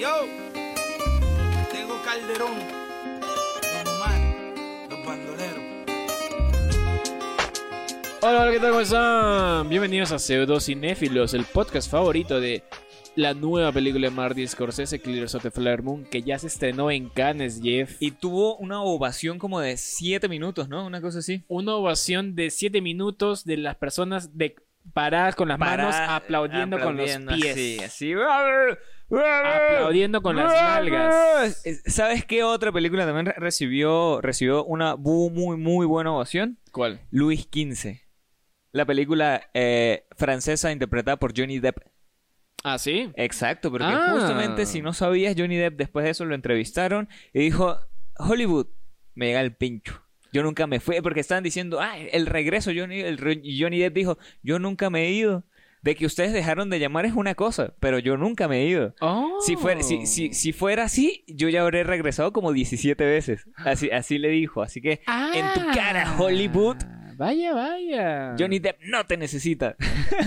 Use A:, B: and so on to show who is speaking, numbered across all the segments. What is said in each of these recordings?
A: Yo, tengo Calderón, Don Omar, los bandoleros.
B: Hola, hola, ¿qué tal? ¿Cómo están? Bienvenidos a Pseudo Cinéfilos, el podcast favorito de la nueva película de Martin Scorsese, Killers of the Flower Moon, que ya se estrenó en Cannes, Jeff.
C: Y tuvo una ovación como de 7 minutos, ¿no? Una cosa así.
B: Una ovación de 7 minutos de las personas de paradas con las manos,
C: Parada-
B: aplaudiendo,
C: aplaudiendo
B: con los pies.
C: Así, así. ¡ah!
B: Aplaudiendo con las nalgas.
C: Eh, ¿Sabes qué otra película también re- recibió, recibió una bu- muy, muy buena ovación?
B: ¿Cuál?
C: Luis XV. La película eh, francesa interpretada por Johnny Depp.
B: ¿Ah, sí?
C: Exacto, porque
B: Ah.
C: justamente si no sabías, Johnny Depp después de eso lo entrevistaron y dijo, Hollywood, me llega el pincho. Yo nunca me fui, porque estaban diciendo, ah, el regreso, Johnny, el re- y Johnny Depp dijo, yo nunca me he ido. De que ustedes dejaron de llamar es una cosa, pero yo nunca me he ido.
B: Oh.
C: Si fuera, si, si, si fuera así, yo ya habré regresado como 17 veces. Así, así le dijo. Así que,
B: Ah.
C: en tu cara, Hollywood,
B: Vaya, vaya.
C: Johnny Depp no te necesita.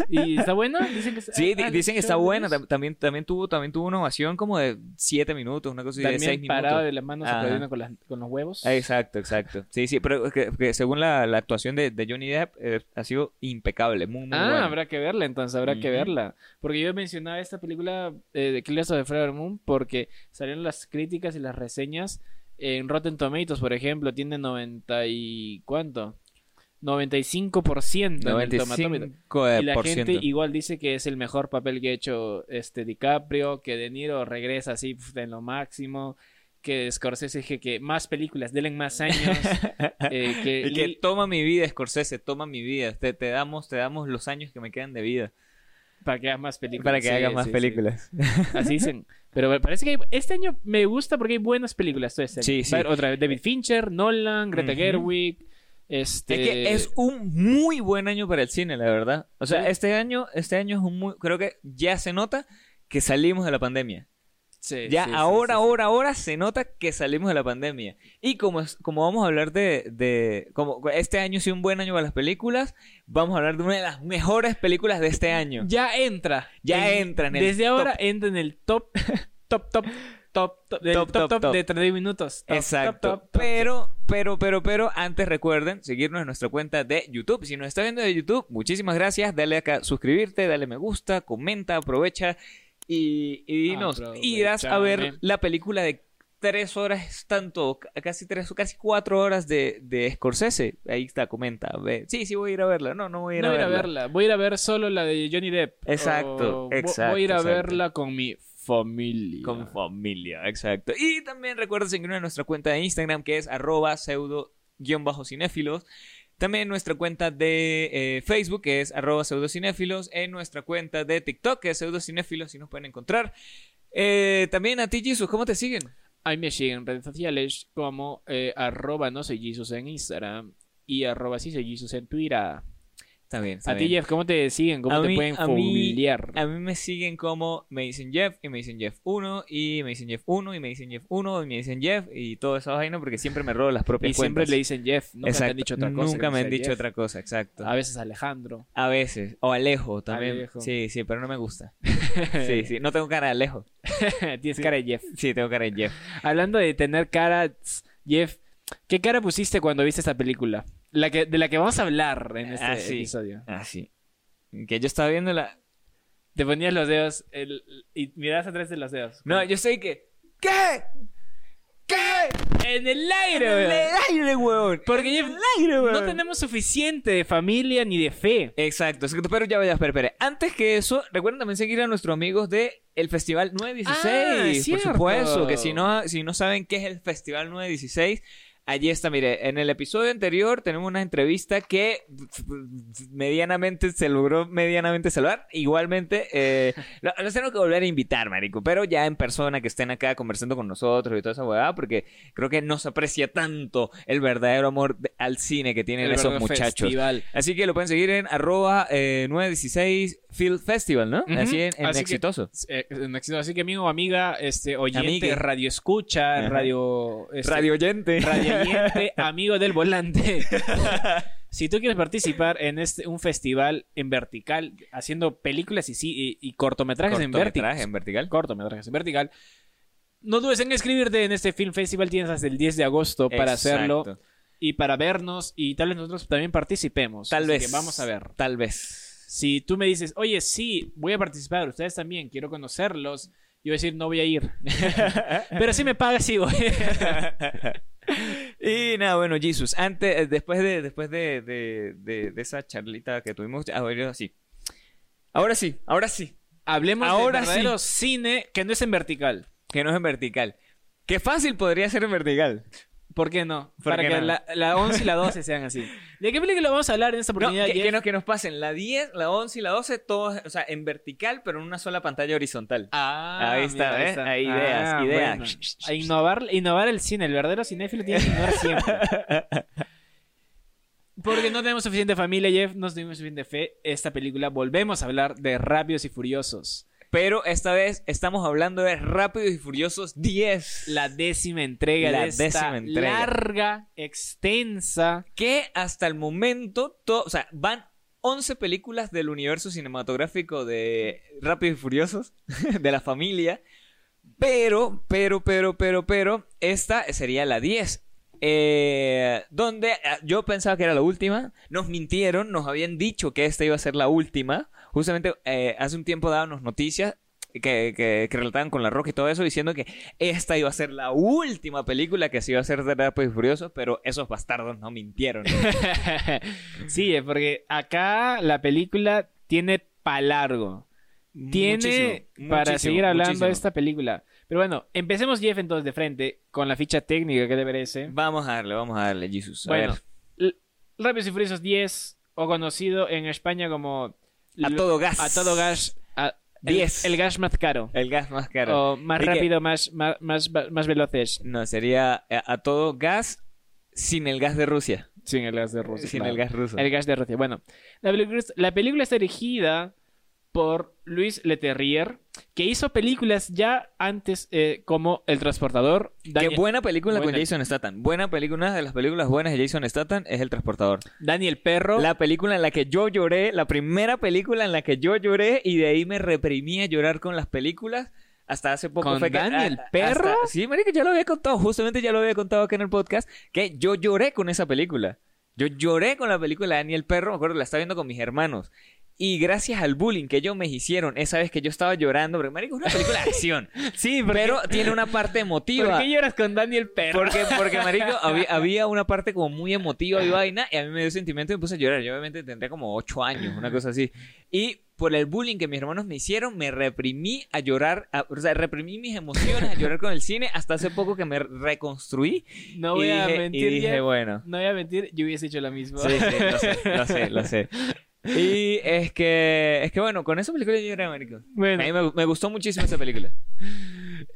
B: ¿Y está buena? Dicen que
C: Sí, di-
B: ah,
C: dicen que está
B: show
C: buena.
B: business.
C: Tam- También, también, tuvo, también tuvo una ovación como de 7 minutos, una cosa así de 6
B: También parado
C: minutos.
B: de las manos
C: Ajá.
B: aplaudiendo con, las- con los huevos.
C: Exacto, exacto. Sí, sí, pero que, que según la, la actuación de, de Johnny Depp eh, ha sido impecable, muy, muy
B: Ah,
C: buena.
B: habrá que verla, entonces habrá que
C: Ujú.
B: verla. Porque yo mencionaba esta película eh, de Killers of the Flower Moon porque salieron las críticas y las reseñas en Rotten Tomatoes, por ejemplo, tiene 90 y cuánto? 95% en el tomatómetro.
C: 95%.
B: Y la gente igual dice que es el mejor papel que ha hecho este DiCaprio, que De Niro regresa así pf, en lo máximo, que Scorsese dije que más películas, denle más años, eh, que,
C: Y que
B: Lee-
C: toma mi vida, Scorsese, toma mi vida. Te, te damos, te damos los años que me quedan de vida
B: para que hagas más películas.
C: para que
B: Sí,
C: hagas más
B: sí, sí.
C: películas.
B: Así dicen. Pero me parece que hay- este año me gusta porque hay buenas películas todo este año.
C: Sí, sí.
B: Va a haber otra vez David Fincher, Nolan, Greta
C: Ujú.
B: Gerwig. Este...
C: Es que es un muy buen año para el cine, la verdad. O sea,
B: Sí.
C: este año, este año es un muy, creo que ya se nota que salimos de la pandemia.
B: Sí,
C: Ya
B: sí, sí,
C: ahora,
B: sí, sí.
C: ahora, ahora se nota que salimos de la pandemia. Y como, es- como vamos a hablar de, de- como este año ha sido un buen año para las películas, vamos a hablar de una de las mejores películas de este año.
B: Ya entra.
C: Ya entra en el
B: Desde
C: top.
B: ahora entra en el top, top, top, top, top, del top,
C: Top,
B: top,
C: top, top.
B: de 30 minutos. Top,
C: Exacto.
B: top, top, top.
C: pero, pero, pero, pero, antes recuerden seguirnos en nuestra cuenta de YouTube. Si nos está viendo de YouTube, muchísimas gracias. Dale acá, suscribirte, dale me gusta, comenta, aprovecha y,
B: Ah,
C: y dinos. Irás a ver
B: Aprovechame.
C: la película de tres horas, tanto, ca- casi tres, casi cuatro horas de, de Scorsese. Ahí está, comenta. ve. Sí, sí, voy a ir a verla. No, no voy a ir
B: No
C: a,
B: voy a ir a
C: verla.
B: verla. Voy a ir a ver solo la de Johnny Depp.
C: Exacto,
B: O vo-
C: exacto,
B: Voy a ir a
C: exacto.
B: verla con mi familia.
C: Con familia, exacto. Y también recuerden seguirnos en nuestra cuenta de Instagram que es arroba pseudo guión bajo cinéfilos. También en nuestra cuenta de eh, Facebook que es arroba pseudocinéfilos. En nuestra cuenta de TikTok que es pseudocinéfilos si nos pueden encontrar. Eh, también a ti, Jesus, ¿cómo te siguen?
B: A mí me siguen en redes sociales como eh, arroba no soy Jesus en Instagram y arroba sí soy Jesus en Twitter.
C: Está bien,
B: a ti, Jeff, ¿cómo te siguen? ¿Cómo
C: A
B: te
C: mí-
B: pueden
C: a mí-
B: fumilear?
C: A mí me siguen como me dicen Jeff y me dicen Jeff 1 y me dicen Jeff 1 y me dicen Jeff 1 y me dicen Jeff y toda esa vaina porque siempre me robo las
B: Y
C: propias
B: siempre
C: cuentas.
B: le dicen Jeff, nunca te
C: Exacto.
B: han dicho otra cosa.
C: Nunca
B: que
C: me han
B: sea
C: dicho
B: Jeff.
C: otra cosa, exacto.
B: A veces Alejandro.
C: A veces. O Alejo también.
B: Alejo.
C: Sí, sí, pero no me gusta. Sí, sí. No tengo cara de Alejo.
B: Tienes cara de Jeff.
C: Sí, tengo cara de Jeff.
B: Hablando de tener cara, tss, Jeff, ¿qué cara pusiste cuando viste esta película? La que, de la que vamos a hablar en este
C: Ah, sí.
B: episodio.
C: Ah, sí. Que yo estaba viendo la.
B: Te ponías los dedos el- y mirabas atrás de los dedos.
C: No, yo sé que. ¿Qué? ¿Qué?
B: En el
C: En
B: aire,
C: el
B: weón.
C: aire, weón.
B: Porque
C: En
B: Jeff,
C: el aire,
B: No
C: weón.
B: tenemos suficiente de familia ni de fe.
C: Exacto, exacto. Pero ya vaya, espera, espera. Antes que eso, recuerden también seguir a nuestros amigos de el Festival 916.
B: Ah,
C: por
B: cierto.
C: supuesto, que si no, si no saben qué es el Festival 916, allí está. Mire, en el episodio anterior tenemos una entrevista que medianamente se logró medianamente salvar. Igualmente, eh, lo- los tengo que volver a invitar, marico. Pero ya en persona, que estén acá conversando con nosotros y toda esa huevada, porque creo que no se aprecia tanto el verdadero amor de- al cine que tienen
B: El
C: esos
B: verdadero
C: muchachos.
B: festival.
C: Así que lo pueden seguir en arroba eh, 916 Field Festival, ¿no?
B: Ujú.
C: Así en, en
B: Así que-
C: exitoso.
B: Eh, en acción. Así que amigo, amiga, este oyente,
C: Amigue.
B: radio escucha,
C: Ajá.
B: radio este,
C: Radio oyente.
B: radio oyente, amigo del volante. Si tú quieres participar en este, un festival en vertical, haciendo películas y, sí- y, y cortometrajes en vertical,
C: Cortometraje en vertical.
B: cortometrajes en vertical, no dudes en escribirte en este Film Festival. Tienes hasta el 10 de agosto para hacerlo
C: Exacto.
B: y para vernos y tal vez nosotros también participemos.
C: Tal
B: Así
C: vez.
B: que vamos a ver.
C: Tal vez.
B: Si tú me dices, oye, sí, voy a participar, ustedes también, quiero conocerlos, yo voy a decir, no voy a ir. Pero si me pagas, sí voy.
C: y nada, bueno, Jesus, antes, eh, después de, después de, de, de- de esa charlita que tuvimos, ahora sí. Ahora sí, ahora sí.
B: Hablemos
C: Ahora
B: de verdadero cine que no es en vertical.
C: Que no es en vertical. Qué fácil podría ser en vertical.
B: ¿Por qué no?
C: ¿Por
B: Para
C: qué
B: que
C: no?
B: la, la 11 y la 12 sean así. ¿De qué película vamos a hablar en esta
C: No,
B: oportunidad?
C: que, que
B: Jeff?
C: nos, que nos pasen la 10, la 11 y la 12, todas, o sea, en vertical, pero en una sola pantalla horizontal.
B: Ah,
C: Ahí está, ¿ves? Hay ideas,
B: Ah,
C: ideas.
B: bueno. A innovar, innovar el cine. El verdadero cinéfilo tiene que innovar siempre. Porque no tenemos suficiente familia, Jeff. No tenemos suficiente fe. Esta película volvemos a hablar de Rápidos y Furiosos.
C: Pero esta vez estamos hablando de Rápidos y Furiosos 10.
B: La décima entrega
C: La
B: de esta
C: décima entrega.
B: larga, extensa...
C: que hasta el momento, to- o sea, van 11 películas del universo cinematográfico de Rápidos y Furiosos, de la familia, pero, pero, pero, pero, pero, esta sería la 10. eh, donde eh, yo pensaba que era la última, nos mintieron, nos habían dicho que esta iba a ser la última. Justamente eh, hace un tiempo dábamos noticias que, que, que relataban con la roca y todo eso, diciendo que esta iba a ser la última película que se iba a hacer de Rápidos y Furiosos, pero esos bastardos no mintieron.
B: sí, es porque acá la película tiene pa' largo. Tiene
C: Muchísimo,
B: para
C: muchísimo,
B: seguir hablando de
C: muchísimo.
B: esta película. Pero bueno, empecemos Jeff entonces de frente con la ficha técnica que te parece.
C: Vamos a darle, vamos a darle, Jesus. A
B: Bueno,
C: ver.
B: L- Rápidos y Furiosos 10, o conocido en España como
C: a
B: lo-
C: todo gas.
B: a todo gas. Oh. a- el-
C: 10.
B: El, gas más caro.
C: El gas más caro.
B: O más
C: ¿De qué?
B: rápido, más, más, más, más veloces.
C: No, sería eh, a, a todo gas sin el gas de Rusia.
B: Sin el gas de Rusia.
C: sin
B: claro.
C: el gas ruso.
B: El gas de Rusia. Bueno, la película, la película está dirigida por Luis Leterrier, que hizo películas ya antes eh, como El Transportador.
C: Qué
B: Daniel,
C: buena película con
B: Buena.
C: Jason Statham. Buena película, una de las películas buenas de Jason Statham es El Transportador.
B: Daniel Perro.
C: La película en la que yo lloré, la primera película en la que yo lloré y de ahí me reprimí a llorar con las películas. Hasta hace poco
B: ¿Con
C: fue que-
B: Daniel
C: a-
B: Perro?
C: hasta- sí, marica, ya lo había contado, justamente ya lo había contado acá en el podcast, que yo lloré con esa película. Yo lloré con la película de Daniel Perro, me acuerdo, la estaba viendo con mis hermanos. Y gracias al bullying que ellos me hicieron esa vez que yo estaba llorando, porque marica, es una película de acción,
B: sí, porque-
C: pero tiene una parte emotiva.
B: ¿Por qué lloras con Daniel Perro?
C: Porque, porque marico, había, había una parte como muy emotiva y vaina, y a mí me dio sentimiento y me puse a llorar. Yo obviamente tendría como ocho años, una cosa así. Y por el bullying que mis hermanos me hicieron, me reprimí a llorar, a- o sea, reprimí mis emociones a llorar con el cine hasta hace poco que me reconstruí.
B: No voy
C: y
B: a
C: dije, y
B: mentir,
C: dije,
B: Jeff.
C: bueno.
B: No voy a mentir, yo hubiese hecho lo mismo.
C: Sí, sí, lo sé, lo sé, lo sé. Y es que, es que bueno, con esa película yo lloré, marico. A
B: Bueno,
C: mí me, me gustó muchísimo esa película.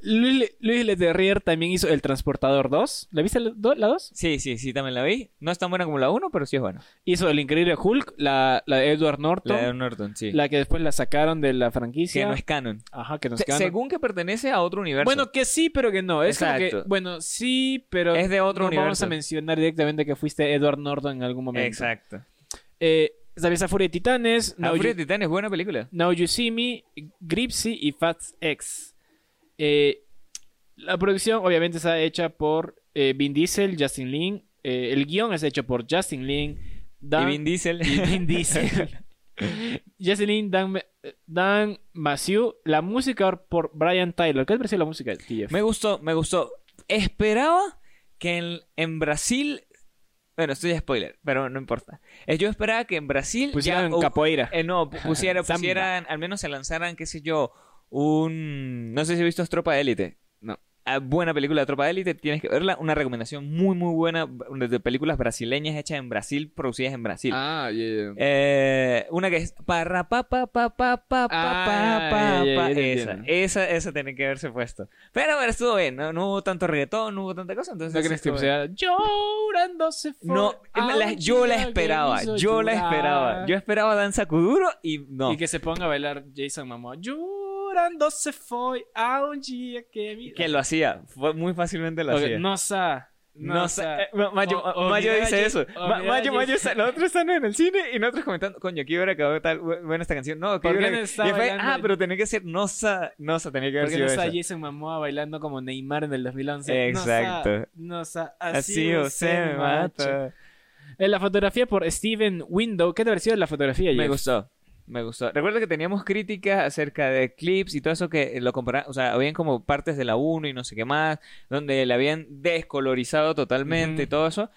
B: Luis, Le- Luis Leterrier también hizo El Transportador 2. ¿La viste la 2?
C: Sí, sí, sí, también la vi. No es tan buena como la uno, pero sí es buena.
B: Hizo El Increíble Hulk, la, la de Edward Norton.
C: La de Norton, sí.
B: La que después la sacaron de la franquicia.
C: que no es canon.
B: Ajá, que nos
C: Se-
B: quedan-
C: Según que pertenece a otro universo.
B: Bueno, que sí, pero que no. Es como que,
C: Exacto.
B: bueno, sí, pero
C: es de otro
B: no vamos
C: universo.
B: a mencionar directamente que fuiste Edward Norton en algún momento.
C: Exacto.
B: Eh, ¿Sabes a Furia de Titanes?
C: La
B: Now,
C: Furia de
B: you,
C: Titanes, buena película.
B: Now You See Me, Gripsy y Fats X. Eh, la producción obviamente está hecha por eh, Vin Diesel, Justin Lin. Eh, el guión es hecho por Justin Lin, Dan,
C: y Vin Diesel.
B: y Vin Diesel. Jocelyn Dan, Dan Masiu, la música por Brian Tyler. ¿Qué te pareció la música, Jeff?
C: me gustó, me gustó. Esperaba que en, en Brasil. Bueno, esto ya es spoiler, pero no importa. Eh, Yo esperaba que en Brasil.
B: Pusieron
C: ya, hu-
B: capoeira.
C: eh, no, pu- pusiera,
B: Samba.
C: pusieran, al menos se lanzaran, qué sé yo, un... No sé si has visto Tropa de Élite.
B: No.
C: Ah, buena película, Tropa de Élite, tienes que verla. Una recomendación muy, muy buena de películas brasileñas hechas en Brasil, producidas en Brasil.
B: Ah,
C: Eh, una que es parra pa pa pa pa pa pa
B: Ah, ya,
C: pa
B: ya,
C: pa
B: ya te
C: esa,
B: entiendo.
C: esa esa tiene que haberse puesto pero bueno estuvo bien no, no hubo tanto reggaetón no hubo tanta cosa entonces
B: ¿No crees que
C: estuvo
B: sea
C: bien.
B: llorando se fue?
C: no la- la- yo la
B: aunque
C: esperaba
B: me Ah, hizo
C: yo la
B: llorar?
C: esperaba yo esperaba danza kuduro y no
B: Y que se ponga a bailar Jason Momoa. Llorando se fue a un día que mi...
C: que lo hacía fue muy fácilmente lo
B: Ok,
C: hacía
B: Nossa,
C: No,
B: No, o
C: sé.
B: sea,
C: eh, Ma- Mayo,
B: o- o
C: Mayo
B: Miralles-
C: dice eso.
B: o
C: Ma- Mayo,
B: Miralles.
C: Mayo, está- nosotros estamos en el cine y nosotros comentando, coño, aquí hubiera quedado tal, bu- buena esta canción. No, aquí
B: ¿Por qué
C: hubiera.
B: no está
C: y fue,
B: bailando?
C: ah, pero tenía que ser Nosa, Nosa, tenía que haber
B: Porque no
C: sido
B: está
C: esa.
B: Jason Momoa bailando como Neymar en el 2011.
C: Exacto.
B: No, sa- no sa-
C: Así o se mata.
B: Eh, la fotografía por Steven Window. ¿Qué te pareció la fotografía,
C: Me
B: Jeff?
C: gustó. Me gustó. Recuerdo que teníamos críticas acerca de clips y todo eso que lo comparaban, o sea, habían como partes de la 1 y no sé qué más, donde le habían descolorizado totalmente y
B: Ujú.
C: todo eso.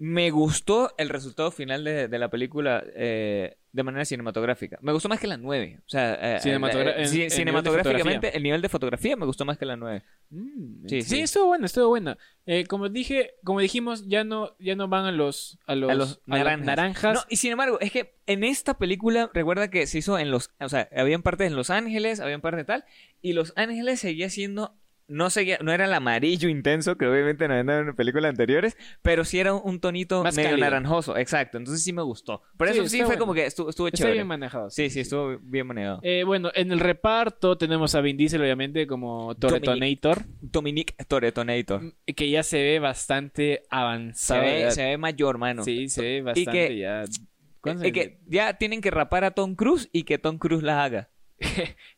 C: Me gustó el resultado final de, de la película eh, de manera cinematográfica. Me gustó más que la 9. O sea, eh,
B: Cinematogra-
C: eh,
B: en-
C: sí,
B: en nivel de
C: cinematográficamente,
B: fotografía.
C: el nivel de fotografía me gustó más que la 9.
B: Mm, sí,
C: Sí, sí.
B: estuvo bueno, estuvo bueno. Eh, como dije, como dijimos, ya no, ya no van a los, a los,
C: A los
B: a las
C: naranjas.
B: naranjas.
C: No, y sin embargo, es que en esta película, recuerda que se hizo en Los... O sea, habían partes en Los Ángeles, habían partes tal, y Los Ángeles seguía siendo... No seguía, no era el amarillo intenso que obviamente no había en películas anteriores, pero sí era un tonito
B: Más
C: medio
B: cálido.
C: naranjoso, exacto. Entonces sí me gustó. Por
B: Sí,
C: eso sí,
B: está
C: fue
B: bueno.
C: como que estuvo, estuvo
B: Está
C: chévere.
B: bien manejado.
C: sí, sí, estuvo bien manejado.
B: Eh, bueno, en el reparto tenemos a Vin Diesel, obviamente, como Torretonator, mm,
C: Dominic Toretonator.
B: que ya se ve bastante
C: Se
B: avanzado.
C: ve,
B: ya.
C: se ve mayor, mano.
B: Sí, se ve bastante
C: que-
B: ya. ¿Cuánto
C: Es
B: se-
C: que ya tienen que rapar a Tom Cruise y que Tom Cruise las haga.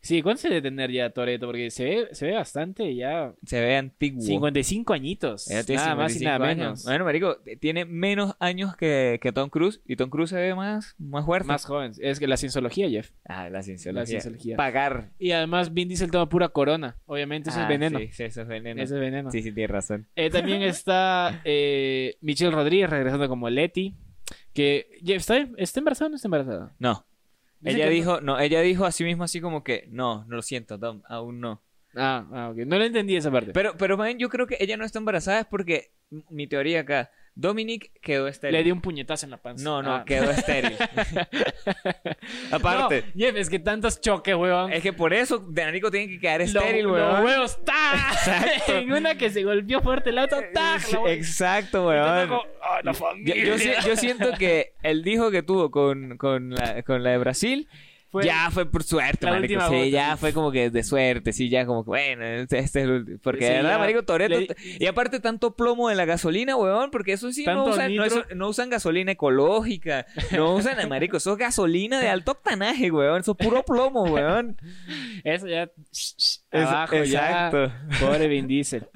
B: Sí, ¿cuánto se debe tener ya Toreto? Porque se ve, se ve bastante ya.
C: Se ve antiguo.
B: 55 añitos.
C: Ella tiene
B: nada más y
C: 55
B: nada
C: años.
B: menos.
C: Bueno, marico, t- tiene menos años que, que Tom Cruise y Tom Cruise se ve más, más fuerte.
B: Más joven. Es que la cienciología, Jeff.
C: Ah, la cienciología.
B: La cienciología.
C: Pagar.
B: Y además Vin Diesel toma pura corona. Obviamente, eso
C: Ah,
B: es veneno.
C: Sí, sí, eso es veneno.
B: Eso es veneno.
C: Sí, sí, tienes razón.
B: Eh, también está eh, Michelle Rodríguez regresando como Letty. Que Jeff, ¿está, está embarazada o no está embarazada?
C: No.
B: Dicen
C: Ella
B: que no.
C: dijo, no, ella dijo así mismo así como que, no, no lo siento, Tom, aún no.
B: Ah, ah, ok. No le entendí esa parte.
C: Pero, pero man, yo creo que ella no está embarazada es porque m- mi teoría acá, Dominic quedó estéril.
B: le dio un puñetazo en la panza.
C: No, no,
B: Ah.
C: quedó estéril. Aparte,
B: No, Jeff, es que tantos choques, huevón.
C: es que por eso de Narico tiene que quedar
B: Lo-
C: estéril,
B: los
C: weón.
B: huevos, ¡tac!
C: Exacto.
B: en una que se golpeó fuerte la otra, ¡tac! La-
C: Exacto, weón.
B: "Ah, la
C: Yo, yo si- yo siento que el dijo que tuvo con, con, la, con la de Brasil
B: Fue-
C: ya fue por suerte,
B: la
C: marico.
B: última
C: Sí,
B: gota,
C: ya
B: sí.
C: fue como que de suerte, sí, ya como que bueno, este, este es el último. Porque
B: Sí,
C: de verdad,
B: ya.
C: marico, Toreto.
B: Le-
C: Y aparte, tanto plomo de la gasolina, weón, porque eso sí no
B: Tanto
C: usan, no,
B: nitro.
C: eso- no usan gasolina ecológica, no usan, eh, marico, eso es gasolina de alto octanaje, weón, eso es puro plomo, weón.
B: Eso ya.
C: Es-
B: abajo,
C: exacto.
B: ya. Pobre Vin Diesel.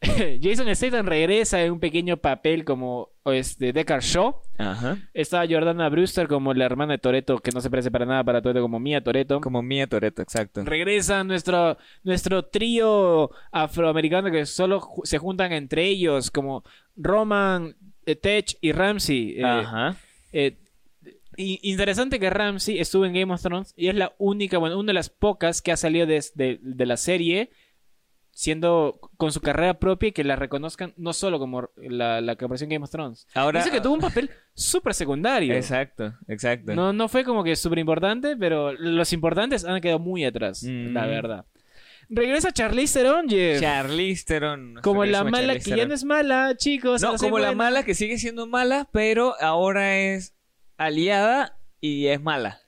B: Jason Statham regresa en un pequeño papel como este, Deckard Shaw.
C: Ajá.
B: Estaba Jordana Brewster como la hermana de Toreto, que no se parece para nada para Toreto, como Mia Toreto.
C: Como mía Toreto, exacto.
B: Regresa nuestro, nuestro trío afroamericano que solo ju- se juntan entre ellos, como Roman, eh, Tech y Ramsey. Eh,
C: Ajá.
B: eh, i- interesante que Ramsey estuvo en Game of Thrones y es la única, bueno, una de las pocas que ha salido des- de, de la serie siendo con su carrera propia y que la reconozcan no solo como la, la que apareció en Game of Thrones.
C: Ahora. ah.
B: Dice que tuvo un papel súper secundario.
C: Exacto, exacto.
B: No, no fue como que súper importante, pero los importantes han quedado muy atrás,
C: Mm.
B: la verdad. Regresa Charlize Theron, Jeff.
C: Charlize Theron. nuestra
B: pues, como la
C: queridísima
B: mala
C: Charlize
B: que ya
C: Theron.
B: no es mala, chicos.
C: No,
B: ahora soy
C: como la
B: buena.
C: mala que sigue siendo mala, pero ahora es aliada y es mala.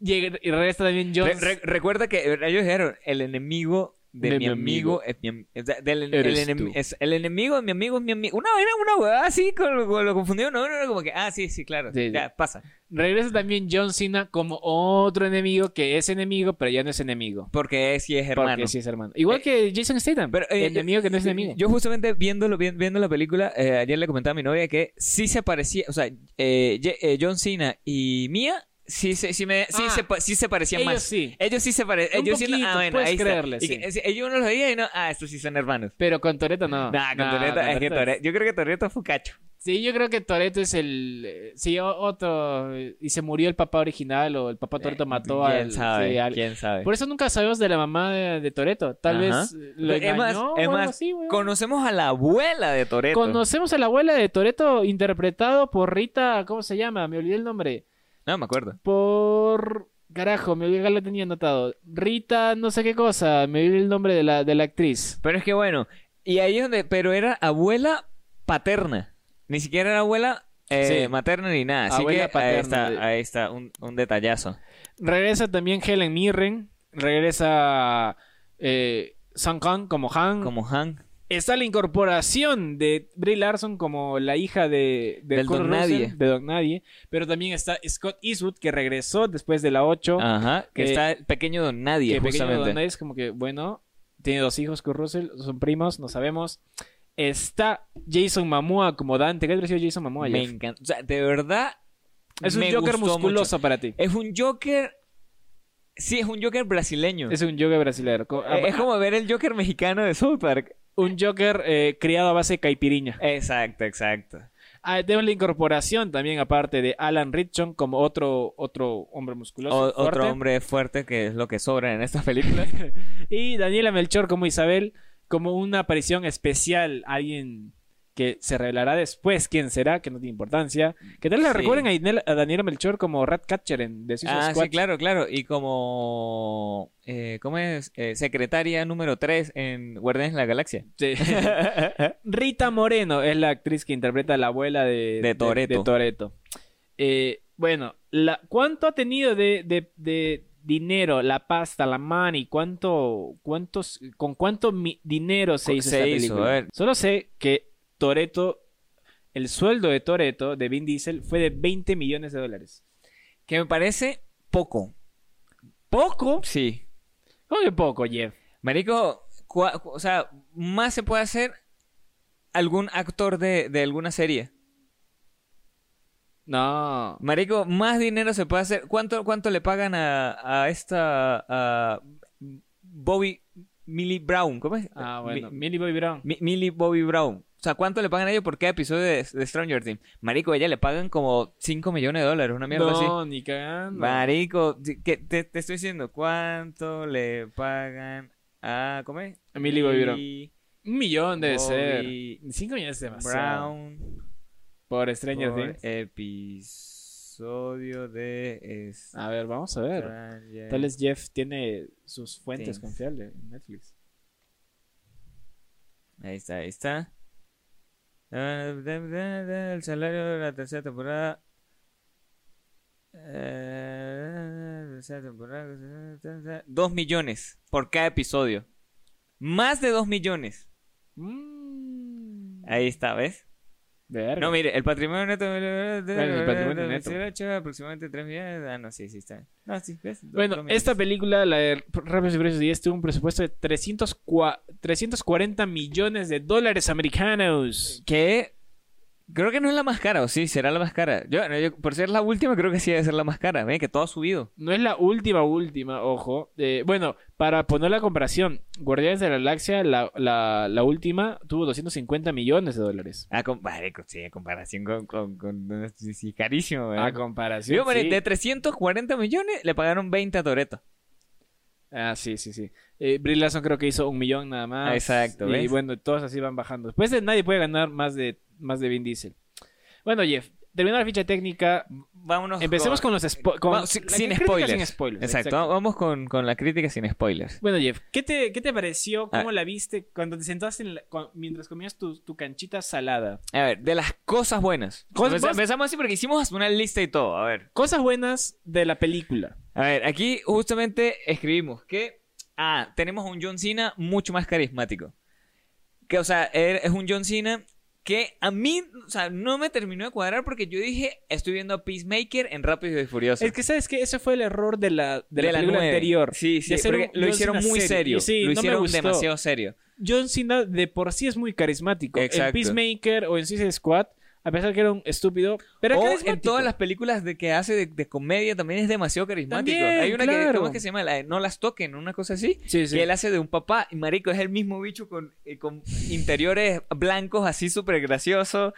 B: Llega- Y regresa también
C: Re-
B: Jones.
C: re- recuerda que ellos dijeron, el enemigo de, mi amigo, es mi am- es de- del- el,
B: Eres
C: enem-
B: tú.
C: es- el enemigo de mi amigo es mi amigo. Una era una huevada así, con lo, con lo confundido, no, no, era como que, ah, sí, sí, claro,
B: Sí, sí.
C: ya, pasa.
B: Regresa también John Cena como otro enemigo que es enemigo, pero ya no es enemigo.
C: Porque es, sí es hermano.
B: Porque sí es hermano. Igual
C: Eh,
B: que Jason Statham.
C: pero, eh,
B: enemigo que no es enemigo.
C: Yo justamente viéndolo, vi- viendo la película, eh, ayer le comentaba a mi novia que sí se parecía, o sea, eh, Ye- eh, John Cena y Mia sí, se- sí me, sí
B: Ah,
C: se, pa- sí se parecían
B: Ellos
C: más.
B: sí.
C: Ellos sí se parecen.
B: Un
C: Ellos sí no-
B: poquito,
C: ah, bueno,
B: puedes
C: ahí está.
B: creerle,
C: Y
B: sí.
C: que- si- ellos uno los veía y no, ah, estos sí son hermanos.
B: Pero con Toreto no.
C: Nah, con
B: Nah,
C: Toretto-
B: con
C: es que
B: Toretto
C: Toretto- yo creo que Toreto fue un cacho.
B: Sí, yo creo que Toreto es el. eh, Sí, o- otro. eh, Y se murió el papá original o el papá Toreto mató
C: Eh, ¿Quién
B: al.
C: Sabe,
B: sí, al-
C: ¿Quién sabe?
B: Por eso nunca sabemos de la mamá de, de Toreto. Tal
C: Ajá.
B: vez eh, lo
C: Es
B: engañó
C: más-
B: o
C: es
B: algo
C: más,
B: así, weón.
C: Conocemos a la abuela de Toreto.
B: Conocemos a la abuela de Toreto interpretado por Rita. ¿Cómo se llama? Me olvidé el nombre.
C: no me acuerdo.
B: Por. Carajo, me olvidé, acá lo tenía anotado. Rita, no sé qué cosa. Me olvidé el nombre de la, de la actriz.
C: Pero es que bueno, y ahí es donde. Pero era abuela paterna. Ni siquiera era abuela eh,
B: Sí.
C: materna ni nada. Así
B: Abuela
C: que ahí
B: paterna,
C: está,
B: sí.
C: ahí está un, un detallazo.
B: Regresa también Helen Mirren. Regresa. Eh, Sang Kang como Han.
C: Como Han.
B: Está la incorporación de Brie Larson como la hija de, de
C: Del
B: Kurt
C: Don
B: Russell,
C: Nadie.
B: de Don Nadie. Pero también está Scott Eastwood, que regresó después de la 8.
C: Ajá. Que
B: Eh,
C: está el pequeño Don
B: que
C: Nadie,
B: pequeño
C: justamente.
B: Don Nadie es como que, bueno, tiene dos hijos con Russell, son primos, no sabemos. Está Jason Momoa como Dante. ¿Qué te pareció Jason Momoa?
C: Me
B: Jeff?
C: encanta. O sea, de verdad.
B: Es un
C: me
B: Joker
C: gustó
B: musculoso para ti.
C: mucho. Es un Joker. Sí, es un Joker brasileño.
B: Es un Joker brasileño. Co- ah,
C: Eh, es como ver el Joker mexicano de South Park.
B: Un Joker eh, criado a base de caipiriña.
C: Exacto, exacto.
B: Ah, tenemos la incorporación también, aparte de Alan Ritchon como otro, otro hombre musculoso.
C: O-
B: fuerte.
C: otro hombre fuerte que es lo que sobra en estas películas.
B: Y Daniela Melchor como Isabel, como una aparición especial. Alguien que se revelará después quién será, que no tiene importancia. Que tal le
C: Sí.
B: recuerden a, Inel- a Daniela Melchor como Ratcatcher en The Suicide
C: ah,
B: Squad.
C: sí, claro, claro. Y como. eh, ¿Cómo es? Eh, secretaria número 3 en Guardianes de la Galaxia.
B: Sí. Rita Moreno es la actriz que interpreta a la abuela de,
C: De Toretto.
B: de Toretto. Eh, bueno, la, ¿cuánto ha tenido de, de- de dinero la pasta, la money? ¿Cuánto, cuántos, ¿Con cuánto mi- dinero se
C: Con-
B: hizo
C: se
B: esta
C: hizo,
B: película?
C: a ver.
B: Solo sé que Toretto, el sueldo de Toretto, de Vin Diesel, fue de 20 millones de dólares.
C: Que me parece poco. ¿Poco? Sí.
B: ¿Cómo que poco, Jeff?
C: Marico, cua- o sea, más se puede hacer algún actor de, de alguna serie.
B: No.
C: Marico, más dinero se puede hacer. ¿Cuánto, cuánto le pagan a, a esta. a Bobby. Millie Brown? ¿Cómo es?
B: Ah, bueno.
C: Mi-
B: Millie Bobby Brown.
C: Mi- Millie Bobby Brown. O sea, ¿cuánto le pagan a ellos por cada episodio de, de Stranger Things? Marico, a ella le pagan como 5 millones de dólares, una mierda así.
B: No, ni cagando.
C: Marico, ¿qué- te, te estoy diciendo, ¿cuánto le pagan a. ¿Cómo es?
B: A Millie Bobby Brown.
C: Millie
B: Un millón debe
C: Bobby
B: ser. Cinco millones es demasiado.
C: Brown.
B: Por Stranger
C: por
B: Things.
C: episodio de
B: A ver, vamos a ver.
C: Stranger
B: Ah, Tal vez Jeff tiene sus fuentes
C: Things.
B: confiables en Netflix.
C: Ahí está, ahí está. Ah, da, da, da, El salario de la tercera temporada. Eh, tercera temporada. ta, ta, ta. Dos millones por cada episodio. Más de dos millones.
B: Mm.
C: Ahí está, ¿ves?
B: Verga.
C: No, mire, el patrimonio neto.
B: el patrimonio neto.
C: 18, aproximadamente tres millones. Ah, no, sí, sí está. No, sí, ¿ves? Dos-
B: bueno,
C: dos millones.
B: esta película, la de Rápidos y Furiosos 10, tuvo un presupuesto de 304 340 millones de dólares americanos.
C: Que creo que no es la más cara, o sí, será la más cara. Yo, yo- por ser la última, creo que sí debe ser la más cara. Ven, que todo ha subido.
B: No es la última, última, ojo. Eh, bueno, para poner la comparación, Guardianes de la Galaxia, la, la, la última, tuvo 250 millones de dólares.
C: Ah, con, marico, sí, en comparación con... con, con sí, sí, carísimo,
B: A
C: ¿verdad?
B: comparación.
C: Digo, marico,
B: Ah, sí.
C: De 340 millones, le pagaron 20 a Toreto.
B: Ah, sí, sí, sí. Eh, Brie Larson creo que hizo un millón nada más.
C: Ah, exacto,
B: Y
C: ¿ves?
B: bueno, todos así van bajando. Después de nadie puede ganar más de, más de Vin Diesel. Bueno, Jeff, terminó la ficha técnica.
C: Vámonos
B: Empecemos con los spo- con
C: Va- sin-
B: Oh, la
C: sin
B: crítica
C: spoilers.
B: sin spoilers,
C: Exacto, vamos con, con la crítica sin spoilers.
B: Bueno, Jeff, ¿qué te, qué te pareció?
C: Ah.
B: ¿Cómo la viste cuando te sentaste en la- cu- mientras comías tu, tu canchita salada?
C: A ver, de las cosas buenas.
B: Cosas-
C: Empeza- Empezamos así porque hicimos una lista y todo, a ver.
B: Cosas buenas de la película.
C: A ver, aquí justamente escribimos que ah, tenemos a un John Cena mucho más carismático. Que, o sea, er- es un John Cena que a mí, o sea, no me terminó de cuadrar porque yo dije, estoy viendo a Peacemaker en Rápidos y Furiosos.
B: Es que, ¿sabes que Ese fue el error de la, de la
C: De la
B: película
C: nueve.
B: anterior.
C: Sí, sí,
B: de hacer
C: porque
B: un
C: lo
B: John
C: hicieron
B: Cena
C: muy
B: serio.
C: serio.
B: Sí,
C: lo
B: no me
C: hicieron
B: gustó.
C: demasiado serio.
B: John Cena de por sí es muy carismático. En
C: Exacto.
B: Peacemaker o en Suicide Squad, a pesar que era un estúpido, pero era
C: o en
B: carismático.
C: todas las películas de que hace de, de comedia también es demasiado carismático.
B: También,
C: Hay una que,
B: claro.
C: ¿cómo es que se llama? La de no las toquen, una cosa así.
B: Sí, sí.
C: Que él hace de un papá y marico es el mismo bicho con, eh, con interiores blancos así súper gracioso.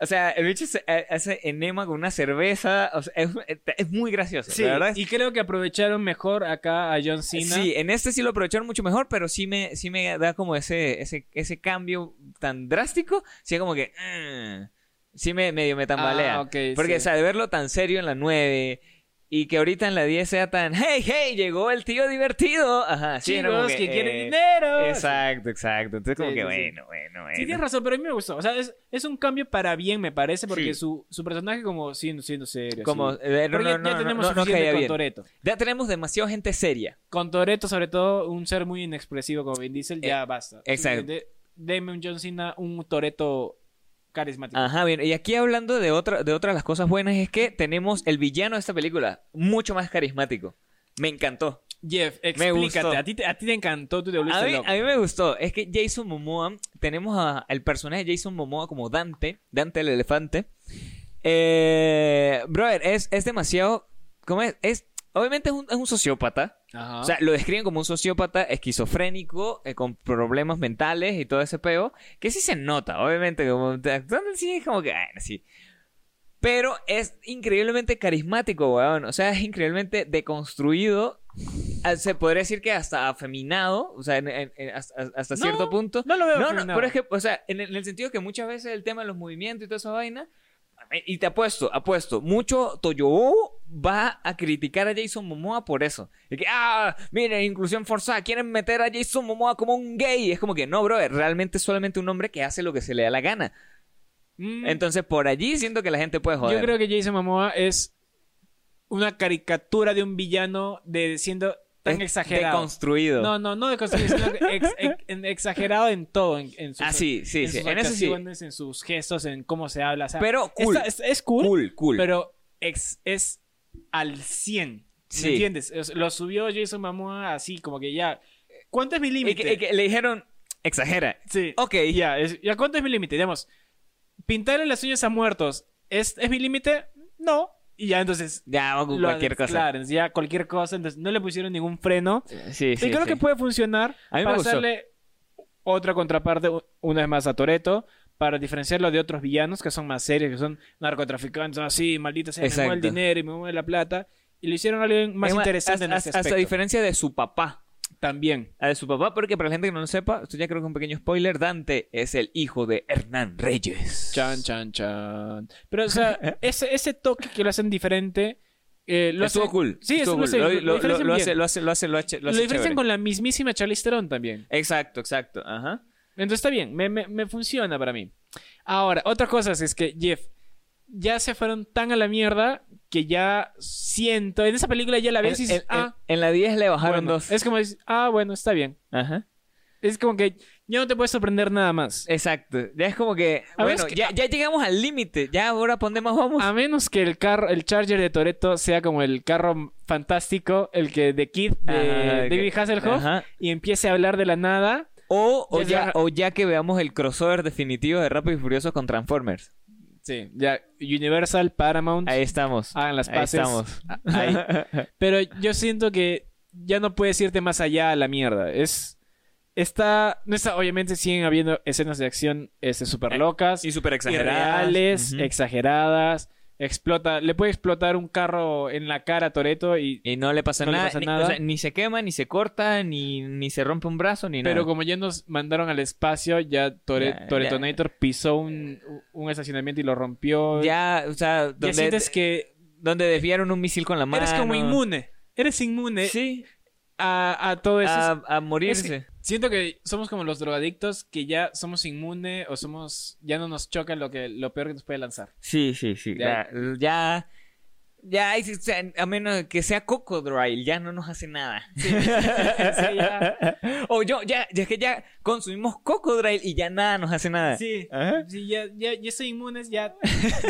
C: O sea, el bicho se- eh, hace enema con una cerveza. O sea, es, eh, es muy gracioso.
B: Sí,
C: la verdad es-
B: y creo que aprovecharon mejor acá a John Cena.
C: Sí, en este sí lo aprovecharon mucho mejor, pero sí me, sí me da como ese, ese, ese cambio tan drástico. Sí, como que. mm, sí, me, medio me tambalea.
B: Ah, ok,
C: Porque,
B: sí.
C: o sea, de verlo tan serio en la 9 y que ahorita en la 10 sea tan. ¡Hey, hey! Llegó el tío divertido. Ajá, sí, era como
B: Chicos que, quieren
C: eh,
B: dinero.
C: Exacto, exacto. Entonces, como
B: Sí,
C: que
B: sí, sí.
C: bueno, bueno, bueno.
B: Sí, tienes razón, pero a mí me gustó. O sea, es, es un cambio para bien, me parece, porque
C: Sí.
B: su, su personaje como siendo, siendo serio.
C: Como,
B: así.
C: eh, no,
B: Pero ya,
C: no,
B: ya
C: no,
B: tenemos
C: no, no
B: suficiente
C: caía
B: con
C: bien.
B: Toreto.
C: Ya tenemos demasiada gente seria.
B: Con Toreto, sobre todo, un ser muy inexpresivo como Vin Diesel, ya basta.
C: Eh, exacto.
B: Suficiente Deme un John Cena, un Toreto carismático.
C: Ajá, bien. Y aquí hablando de otra de otras las cosas buenas es que tenemos el villano de esta película, mucho más carismático. Me encantó.
B: Jeff,
C: gustó.
B: explícate. A ti, te, a ti te encantó, tú te volviste
C: A mí,
B: loco.
C: a mí me gustó. Es que Jason Momoa, tenemos a- al personaje de Jason Momoa como Dante, Dante el elefante. Eh, brother, es, es demasiado. ¿Cómo es? Es- obviamente es un, es un sociópata.
B: Ajá.
C: O sea, lo describen como un sociópata esquizofrénico, eh, con problemas mentales y todo ese peo. Que sí se nota, obviamente. Como, te- actuando sí es como que. ah, sí. Pero es increíblemente carismático, weón. O sea, es increíblemente deconstruido. Ah, Se podría decir que hasta afeminado. O sea, en- en- en- hasta, hasta
B: No,
C: cierto punto.
B: no lo veo
C: No, no,
B: afeminado.
C: pero es que, o sea, en el, en el sentido que muchas veces el tema de los movimientos y toda esa vaina. eh, Y te apuesto, apuesto, mucho Toyo va a criticar a Jason Momoa por eso. Y que, ah, miren, inclusión forzada, quieren meter a Jason Momoa como un gay. Es como que, no, brother, realmente es solamente un hombre que hace lo que se le da la gana.
B: Mm,
C: Entonces, por allí siento que la gente puede joder.
B: yo creo que Jason Momoa es una caricatura de un villano de siendo tan
C: Es
B: exagerado.
C: Deconstruido.
B: No, no, no de construir, sino que ex- ex- en- exagerado en todo. En, en sus,
C: ah, sí, sí,
B: en
C: sí.
B: sus
C: En eso sí.
B: actuaciones, en sus gestos, en cómo se habla. o sea,
C: Pero cool.
B: está- es, es cool,
C: Cool, cool.
B: pero ex- es al 100. ¿Me
C: Sí.
B: entiendes? Es- Lo subió Jason Momoa así, como que ya. ¿Cuánto es mi
C: y
B: límite?
C: que, y que le dijeron, exagera.
B: Sí.
C: Ok,
B: Ya, es- ya, ¿cuánto es mi límite? Digamos, pintarle las uñas a muertos, ¿es, es mi límite? No. Y ya entonces.
C: ya, hago
B: lo-
C: cualquier cosa.
B: Claro, ya cualquier cosa. Entonces no le pusieron ningún freno.
C: Sí,
B: Sí,
C: sí,
B: creo
C: sí.
B: que puede funcionar
C: A mí me
B: para
C: gustó.
B: hacerle otra contraparte u- una vez más a Toreto, para diferenciarlo de otros villanos que son más serios, que son narcotraficantes, son así, maldita sea, me mueve el
C: Exacto.
B: dinero y me mueve la plata. Y lo hicieron a alguien más
C: Es
B: interesante
C: hasta-
B: en ese
C: hasta-
B: aspecto.
C: Hasta diferencia de su papá.
B: También.
C: a de su papá, porque para la gente que no lo sepa, esto ya creo que es un pequeño spoiler, Dante es el hijo de Hernán Reyes.
B: Chan, chan, chan. Pero, o sea, ese, ese toque que lo hacen diferente. eh, lo
C: Lo estuvo
B: hacen-
C: cool.
B: Sí, eso lo
C: estuvo cool.
B: sé, lo
C: Lo, lo- lo-
B: diferencian
C: lo
B: bien.
C: hace, lo hace, lo hace, lo hace, lo
B: Lo
C: hace
B: diferencian
C: chévere.
B: con la mismísima Charlize Theron también.
C: Exacto, exacto. Ajá.
B: Entonces está bien, me, me- me funciona para mí. Ahora, otra cosa es, es que Jeff, ya se fueron tan a la mierda que ya siento, en esa película ya la ves y
C: en,
B: dices,
C: en-
B: ah,
C: en la 10 le bajaron
B: bueno.
C: dos.
B: Es como, dices, ah, bueno, está bien.
C: Ajá.
B: Es como que ya no te puedes sorprender nada más.
C: Exacto. Ya es como que,
B: A ver, es
C: bueno,
B: que-
C: ya, ya llegamos al límite. Ya ahora ¿pa' dónde más vamos.
B: A menos que el carro, el Charger de Toreto sea como el carro fantástico, el que de Kid, de
C: Ajá, de
B: David
C: que-
B: Hasselhoff,
C: Ajá.
B: y empiece a hablar de la nada.
C: O, o
B: Ya
C: ya,
B: llega-
C: o ya que veamos el crossover definitivo de Rápido y Furioso con Transformers.
B: Sí, ya Universal, Paramount,
C: Ahí estamos.
B: hagan Ah, las
C: Ahí
B: paces.
C: estamos.
B: Ahí. Pero yo siento que ya no puedes irte más allá a la mierda. Es. Está. No está. Obviamente siguen habiendo escenas de acción este, super
C: Eh,
B: locas.
C: Y súper exageradas.
B: irreales,
C: Ujú.
B: exageradas. Explota. Le puede explotar un carro en la cara a Toreto y.
C: Y no le pasa
B: No le
C: nada.
B: pasa
C: ni,
B: nada.
C: o sea, ni se quema, ni se corta, ni, ni se rompe un brazo, ni
B: Pero
C: nada.
B: como ya nos mandaron al espacio, ya Tore,
C: Ya,
B: Toretonator pisó un, un estacionamiento y lo rompió.
C: Ya, o sea,
B: Ya
C: donde,
B: sientes que
C: donde desviaron un misil con la mano.
B: eres como inmune. eh, Eres inmune
C: Sí,
B: a, a todo eso.
C: a, a morirse.
B: Siento pues, que somos como los drogadictos que ya somos inmune o somos ya no nos choca lo que lo peor que nos puede lanzar.
C: Sí, sí, sí.
B: Ya.
C: Ya, ya, ya, ahí sí, o sea, a menos que sea Cocodrile, ya no nos hace nada.
B: Sí, ya.
C: o yo, ya, ya es que ya consumimos Cocodrile y ya nada nos hace nada.
B: Sí,
C: Ajá.
B: sí, ya, ya, ya soy inmune, ya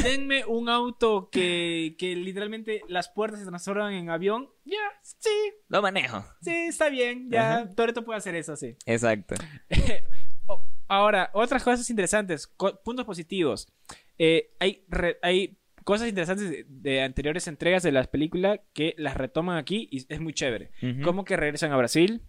B: denme un auto que, que literalmente las puertas se transforman en avión. Ya, sí,
C: Lo manejo.
B: sí, está bien, ya Toreto puede hacer eso, sí.
C: Exacto.
B: O- Oh, Ahora, otras cosas interesantes, co- puntos positivos. Eh, hay, re- hay cosas interesantes de, de anteriores entregas de las películas que las retoman aquí y es muy chévere.
C: Ujú.
B: cómo que regresan a Brasil,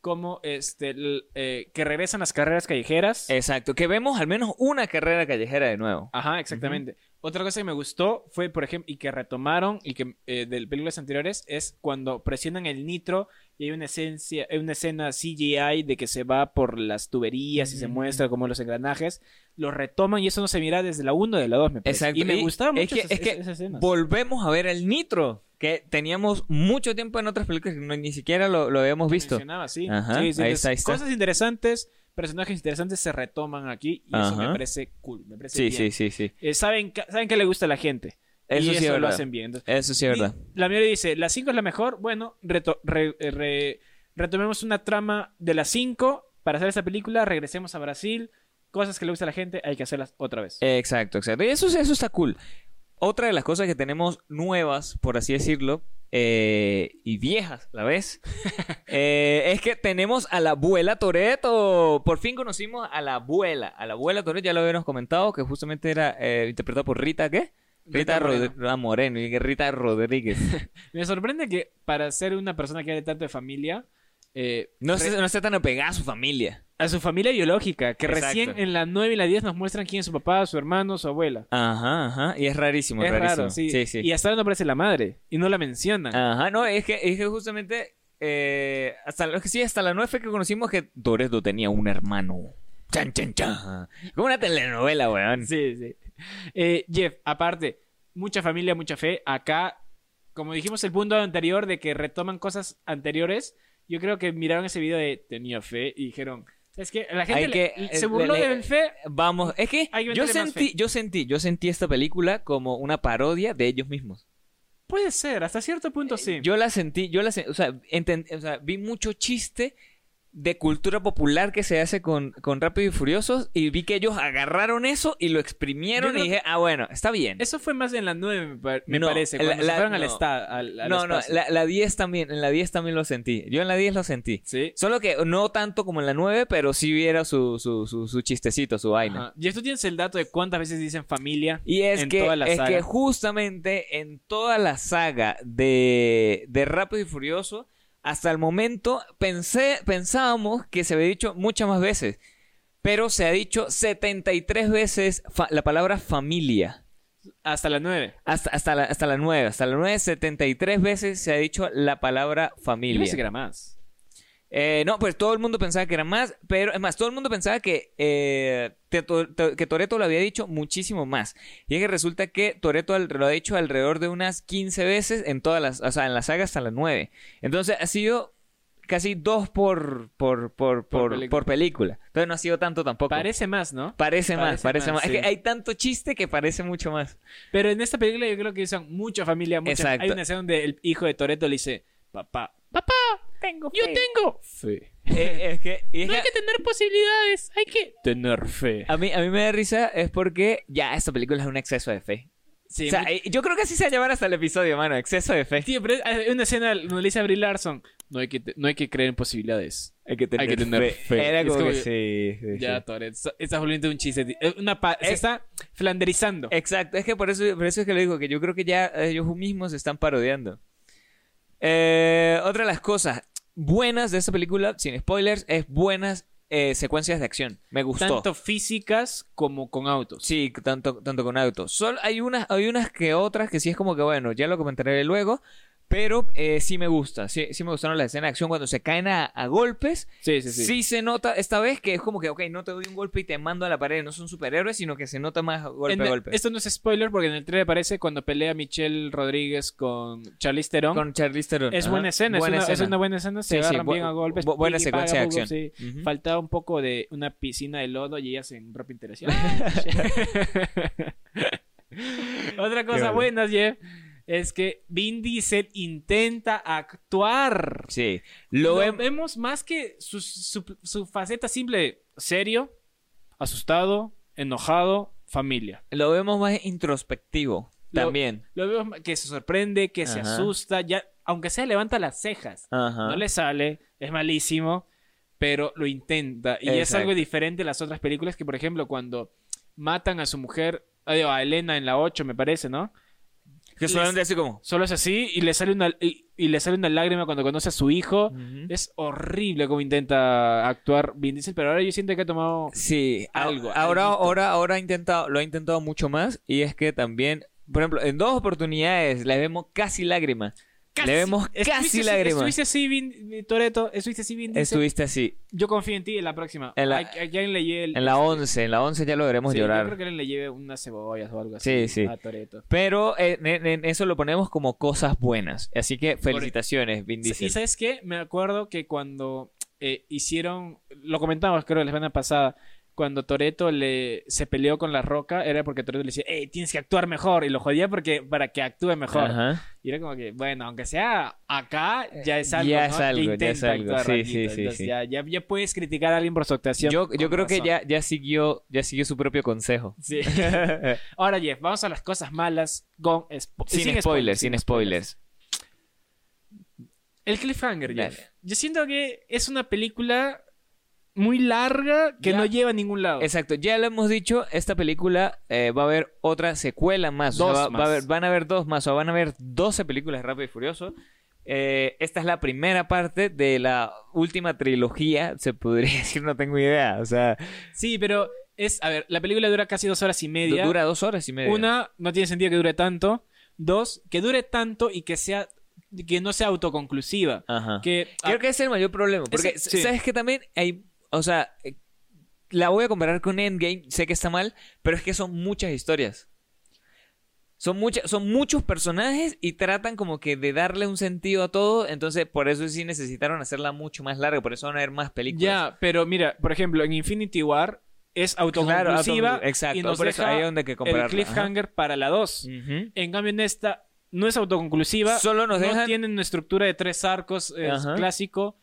B: cómo este, l- eh, que regresan las carreras callejeras.
C: Exacto. Que vemos al menos una carrera callejera de nuevo.
B: Ajá, exactamente. Otra cosa que me gustó fue, por ejemplo, y que retomaron y que eh, de películas anteriores es cuando presionan el nitro y hay una esencia, hay una escena CGI de que se va por las tuberías y se
C: Mm.
B: muestra como los engranajes, los retoman y eso no se mira desde la 1 de la 2, me parece.
C: Exacto.
B: Y me
C: Y
B: gustaba
C: es
B: mucho
C: que-
B: esas,
C: es que
B: esas escenas.
C: Volvemos a ver el Nitro, que teníamos mucho tiempo en otras películas que no- ni siquiera lo, lo habíamos visto.
B: Mencionaba, sí.
C: Ajá,
B: Sí, sí,
C: ahí
B: entonces,
C: está, ahí está.
B: Cosas interesantes, personajes interesantes se retoman aquí y eso me
C: Ajá.
B: parece cool, me parece
C: Sí,
B: bien.
C: sí, sí, sí.
B: Eh, saben, ca- saben que le gusta a la gente. y
C: Eso sí
B: eso
C: es
B: lo
C: verdad.
B: hacen bien. Entonces,
C: Eso sí es verdad.
B: di- la mayoría dice, la 5 es la mejor. Bueno, reto- re- eh, re- retomemos una trama de la 5 para hacer esa película, regresemos a Brasil. Cosas que le gusta a la gente, hay que hacerlas otra vez.
C: Exacto, exacto. Y eso, eso está cool. Otra de las cosas que tenemos nuevas, por así decirlo, eh, y viejas, ¿la ves? Eh, es que tenemos a la abuela Toreto. Por fin conocimos a la abuela. A la abuela Toreto ya lo habíamos comentado, que justamente era eh, interpretada por Rita, ¿qué? Rita,
B: Rita
C: Rodríguez. Moreno, y que Rita Rodríguez.
B: Me sorprende que para ser una persona que haya tanto de familia, eh,
C: No,
B: re-
C: se- no está tan apegada a su familia.
B: a su familia biológica, que
C: Exacto.
B: recién en la 9 y la 10 nos muestran quién es su papá, su hermano, su abuela.
C: Ajá, ajá. Y es rarísimo,
B: es
C: rarísimo.
B: raro, sí.
C: sí, Ah, sí.
B: Y hasta ahora no aparece la madre y no la mencionan.
C: Ajá, no, es que, es que justamente. eh, hasta lo que sí, hasta la nueva fue que conocimos que Toreto tenía un hermano. Chan, chan, chan. Ajá. Como una telenovela, weón.
B: Sí, sí. Eh, Jeff, aparte, mucha familia, mucha fe. Acá, como dijimos el punto anterior de que retoman cosas anteriores, yo creo que miraron ese video de tenía fe y dijeron, es que la gente
C: Hay
B: le-
C: que- eh,
B: se burló
C: le- le-
B: de fe.
C: Vamos, es que
B: Hay que
C: yo
B: meterle más
C: sentí,
B: fe.
C: yo sentí, yo sentí esta película como una parodia de ellos mismos.
B: Puede ser, hasta cierto punto sí.
C: Eh, Yo la sentí, yo la sen- o sea, enten- o sea, vi mucho chiste de cultura popular que se hace con, con Rápido y Furiosos y vi que ellos agarraron eso y
B: Yo
C: lo exprimieron y
B: creo
C: dije, ah, bueno, está bien.
B: Eso fue más en la 9, me, par- me
C: No,
B: parece,
C: la-
B: cuando se
C: la-
B: fueron al,
C: no.
B: esta- al- al
C: no, no,
B: espacio.
C: la, la 10 también, en la 10 también lo sentí. Yo en la 10 lo sentí.
B: Sí.
C: Solo que no tanto como en la 9, pero sí viera su, su, su, su chistecito, su vaina.
B: Ajá. Y tú tienes el dato de cuántas veces dicen familia.
C: Y es,
B: en
C: que,
B: toda la
C: es
B: saga.
C: que justamente en toda la saga de, de Rápido y Furioso, hasta el momento pensé, pensábamos que se había dicho muchas más veces, pero se ha dicho 73 veces fa- la palabra familia.
B: Hasta la 9.
C: Hasta, hasta, la, hasta la 9, hasta la 9, 73 veces se ha dicho la palabra
B: Yo
C: familia.
B: pensé que era más.
C: Eh, no, pues todo el mundo pensaba que era más, pero es más, todo el mundo pensaba que, eh, te- to- to- que Toreto lo había dicho muchísimo más. Y es que resulta que Toreto lo ha dicho alrededor de unas 15 veces en todas las, o sea, en la saga hasta las 9. Entonces ha sido casi dos por, por, por, por, por película.
B: película.
C: Entonces no ha sido tanto tampoco.
B: Parece más, ¿no?
C: Parece más,
B: parece
C: parece más.
B: más,
C: Es que
B: sí.
C: hay tanto chiste que parece mucho más.
B: Pero en esta película yo creo que usan mucha familia, mucha...
C: Exacto.
B: Hay una escena donde el hijo de Toreto le dice, papá, papá, tengo yo tengo fe.
C: Eh, es que, y es
B: No hay
C: que
B: que tener posibilidades, hay que tener fe.
C: a, mí, a mí me da risa es porque ya esta película es un exceso de fe.
B: Sí,
C: o sea,
B: muy-
C: eh, yo creo que así se va a llamar hasta el episodio, mano. Exceso de fe.
B: tío, pero es- hay una escena donde le dice a Brie Larson, no hay que, te- no hay que creer en posibilidades.
C: Hay que
B: tener fe.
C: Era
B: Es
C: como,
B: como
C: que
B: que-
C: sí, sí,
B: Ya,
C: sí.
B: Toreto, so- estás volviendo un chiste. tío. Eh, Una pa-
C: Eh.
B: Se está flanderizando.
C: Exacto. Es que por eso, por eso es que lo digo, que yo creo que ya ellos mismos se están parodiando. Eh, otra de las cosas buenas de esta película, sin spoilers, es buenas eh, secuencias de acción. Me gustó.
B: Tanto físicas como con autos.
C: Sí, tanto, tanto con autos. Solo hay unas, hay unas que otras que sí es como que bueno, ya lo comentaré luego. Pero eh, sí me gusta, sí, sí me gustaron las escenas de acción cuando se caen a- a golpes.
B: Sí,
C: Sí, se nota esta vez que es como que, ok, no te doy un golpe y te mando a la pared. No son superhéroes, sino que se nota más golpe
B: En-
C: a golpe.
B: Esto no es spoiler porque en el trailer aparece cuando pelea Michelle Rodríguez con Charlize Theron.
C: Con Charlize Theron.
B: Es
C: ajá.
B: buena escena, es, una, es una buena escena. Se
C: Sí, sí,
B: agarran
C: bu-
B: bien a golpes.
C: bu- buena
B: piqui,
C: secuencia
B: paga,
C: de
B: bu- bu- sí.
C: acción. Ujú.
B: Faltaba un poco de una piscina de lodo y ellas en ropa interior. Otra cosa
C: bueno.
B: buena, Jeff, es que Vin Diesel intenta actuar.
C: Sí. Lo,
B: Lo
C: vemos
B: vemos más que su, su- su faceta simple, serio, asustado, enojado, familia.
C: lo vemos más introspectivo
B: Lo-
C: también.
B: Lo vemos ma- que se sorprende, que se
C: Ajá. Ah.
B: asusta, ya, aunque sea levanta las cejas.
C: Ajá.
B: No le sale, es malísimo, pero lo intenta. Y es
C: Exacto.
B: algo diferente a las otras películas que, por ejemplo, cuando matan a su mujer, ah, digo, a Elena en la 8, me parece, ¿no?
C: Que solamente así como.
B: Solo es así y le sale una, y, y le sale una lágrima cuando conoce a su hijo.
C: Ujú.
B: Es horrible como intenta actuar Vin Diesel, pero ahora yo siento que ha tomado...
C: Sí, a-
B: Ah, Algo,
C: Ahora,
B: alguito.
C: ahora, ahora ha intentado, lo ha intentado mucho más. Y es que también, por ejemplo, en dos oportunidades le vemos casi lágrimas. Le vemos
B: Estuviste
C: casi
B: así-
C: lágrimas.
B: Estuviste así, Vin, Toreto, estuviste así, Vin Diesel.
C: Estuviste así.
B: Yo confío en ti en la próxima.
C: En la-
B: Ay, ay, ya leí el...
C: En la 11, en la 11 ya lo veremos
B: Sí, yo
C: llorar.
B: creo que alguien le lleve unas cebollas o algo
C: Sí,
B: así
C: sí.
B: a Toreto.
C: Pero en, en- en eso lo ponemos como cosas buenas. Así que felicitaciones, Vin
B: Sí,
C: Diesel.
B: e-, Y sabes qué, me acuerdo que cuando eh, hicieron, lo comentamos creo la semana pasada, cuando Toreto le se peleó con la roca, era porque Toreto le decía, hey, tienes que actuar mejor. Y lo jodía porque para que actúe mejor.
C: Ajá.
B: Y era como que, bueno, aunque sea acá, ya es algo.
C: Ya
B: ¿no?
C: es algo, ya
B: intenta
C: es algo.
B: actuar,
C: Sí,
B: Rayito.
C: sí, sí,
B: Entonces,
C: sí.
B: Ya, ya, ya puedes criticar a alguien por su actuación.
C: Yo,
B: con
C: yo creo que
B: razón.
C: ya, ya siguió, ya siguió su propio consejo.
B: Sí. Ahora, Jeff, vamos a las cosas malas con spo-
C: Sin, spoilers, sin spoilers.
B: El cliffhanger, Jeff.
C: Dale.
B: Yo siento que es una película muy larga que
C: Ya.
B: no lleva a ningún lado.
C: Exacto, ya lo hemos dicho, esta película eh, va a haber otra secuela más. o sea,
B: Dos
C: va- va a
B: más.
C: haber- van a haber dos más, o van a haber 12 películas de Rápido y Furioso. Eh, esta es la primera parte de la última trilogía, se podría decir, no tengo idea. O sea,
B: Sí, pero es, a ver, la película dura casi dos horas y
C: du-
B: media.
C: dura dos horas y media.
B: Una, no tiene sentido que dure tanto. Dos, que dure tanto y que sea que no sea autoconclusiva.
C: Ajá.
B: Que,
C: Ah, Creo que ese es el mayor problema. Porque,
B: Ese- sí.
C: ¿sabes que También hay. O sea, eh, la voy a comparar con Endgame. Sé que está mal, pero es que son muchas historias. Son, muchas son muchos personajes y tratan como que de darle un sentido a todo. Entonces, por eso sí necesitaron hacerla mucho más larga. Por eso van a haber más películas.
B: Ya, pero mira, por ejemplo, en Infinity War es
C: claro,
B: autoconclusiva
C: autoconclu- exacto.
B: y nos
C: por eso
B: deja
C: ahí es donde hay que
B: el
C: compararla. Ajá.
B: cliffhanger para la 2.
C: Ujú.
B: En cambio, en esta no es autoconclusiva.
C: Solo nos
B: No
C: dejan.
B: tienen una estructura de tres arcos es
C: Ajá.
B: clásico.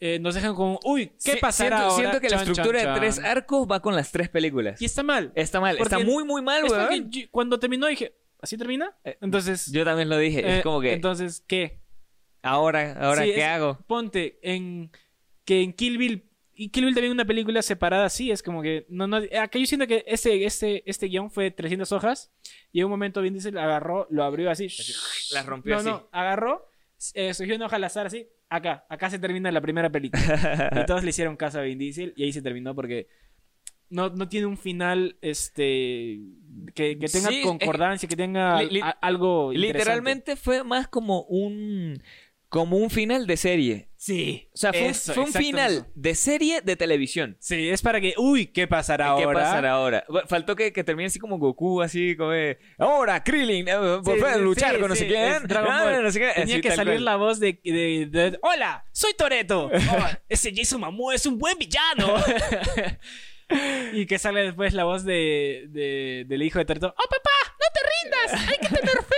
B: Eh, nos dejan con, uy, ¿qué
C: Si-
B: pasará
C: siento,
B: ahora?
C: siento que la
B: Chan,
C: estructura
B: chan,
C: de tres
B: chan.
C: arcos va con las tres películas.
B: Y está mal.
C: Está mal, está
B: Porque-
C: muy, muy mal,
B: Es
C: weón.
B: porque yo- cuando terminó dije, ¿así termina?
C: Eh,
B: Entonces,
C: Yo también lo dije.
B: eh,
C: es como que.
B: entonces ¿qué?
C: Ahora, ahora,
B: Sí,
C: ¿qué
B: es-
C: hago?
B: Ponte en que en Kill Bill y Kill Bill también una película separada así, es como que no no acá yo siento que este este este guión fue 300 hojas y en un momento bien dice agarró, lo abrió así,
C: Las rompió
B: no,
C: así.
B: no, agarró, eh, surgió una hoja al azar así, acá, acá se termina la primera película. y todos le hicieron caso a Vin Diesel y ahí se terminó porque no, no tiene un final este que, que tenga
C: Sí, es que-
B: concordancia, que tenga
C: Li- li-
B: a- algo interesante.
C: Literalmente fue más como un como un final de serie.
B: Sí.
C: O sea, fue, un-
B: Eso,
C: fue un
B: exacto
C: final
B: eso.
C: de serie de televisión.
B: Sí, es para que, uy, ¿qué pasará
C: ¿Qué
B: ahora?
C: pasará ahora? Bueno, Faltó que, que termine así como Goku, así como... eh, ahora, Krillin, eh, volver a
B: sí,
C: luchar
B: sí,
C: con no
B: sí,
C: sé quién.
B: es Dragon
C: Ah,
B: Ball.
C: no sé qué,
B: Tenía
C: así,
B: que
C: tal
B: salir
C: cual.
B: la voz de, de- de- ¡Hola! ¡Soy Toreto! ese Jason Momoa es un buen villano. y que sale después la voz de, de- del hijo de Toreto. ¡Oh, papá! ¡No te rindas! ¡Hay que tener fe!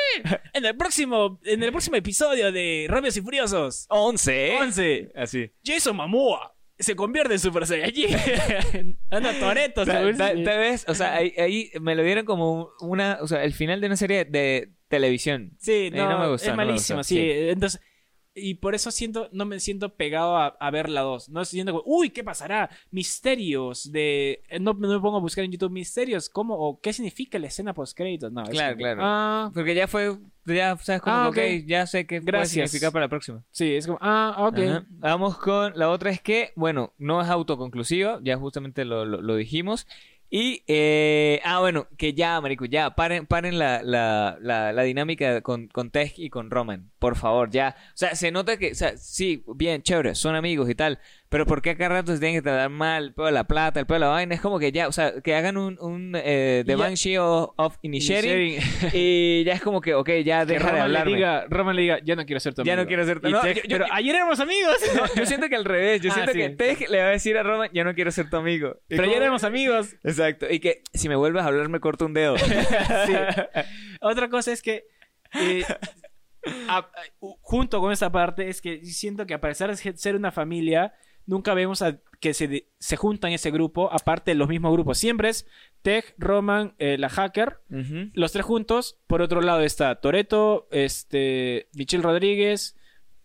B: En el próximo, en el próximo episodio de Rápidos y Furiosos
C: Once.
B: 11,
C: Así.
B: Jason Momoa se convierte en Super Saiyajin. Anda Toreto,
C: Ta- ta- Tal vez, o sea, ahí, ahí me lo dieron como una... O sea, el final de una serie de televisión.
B: Sí,
C: Y
B: no,
C: Eh, no me gustó,
B: es
C: no me
B: malísimo,
C: gustó,
B: sí.
C: sí.
B: Entonces, y por eso siento, no me siento pegado a, a ver la 2. No siento como, uy, ¿qué pasará? Misterios de... eh, No, no me pongo a buscar en YouTube misterios, ¿cómo o qué significa la escena post-créditos? No, es
C: Claro,
B: como que,
C: claro.
B: Ah,
C: Porque ya fue... Ya sabes como
B: Ah,
C: que,
B: ok.
C: ok, ya sé qué puede
B: Gracias.
C: significar para la próxima.
B: sí, es como, ah, ok.
C: Ajá. Vamos con la otra es que, bueno, no es autoconclusiva, ya justamente lo, lo- lo dijimos. Y, eh, ah, bueno, que ya, Marico, ya, paren, paren la, la- la- la dinámica con, con Tej y con Roman, por favor, ya. O sea, se nota que, o sea, sí, bien, chévere, son amigos y tal, pero ¿por qué acá rato se tienen que tratar mal el pedo de la plata, el pedo de la vaina? Es como que ya, o sea, que hagan un, un eh, The
B: Y ya-
C: Banshee of, of Inisherin y ya es como que, ok,
B: Que
C: ya deja de
B: Roman le,
C: hablarme.
B: diga, Roman le diga, ya no quiero ser tu
C: Ya
B: amigo".
C: no quiero ser tu-
B: Y
C: no,
B: Tej,
C: yo- yo-
B: Pero
C: yo-
B: ayer éramos amigos.
C: Yo siento que al revés. Yo
B: Ah,
C: siento
B: sí.
C: que Tej le va a decir a Roman, ya no quiero ser tu amigo. Y
B: pero
C: como-
B: ayer éramos amigos.
C: Exacto. Y que si me vuelves a hablar me corto un dedo.
B: Sí. Otra cosa es que eh, a- a- u- junto con esa parte es que siento que a pesar de se- ser una familia, nunca vemos a que se, de- se juntan ese grupo, aparte de los mismos grupos. Siempre es Tech, Roman, eh, la hacker,
C: Ujú.
B: los tres juntos. Por otro lado está Toreto, este, Michelle Rodríguez,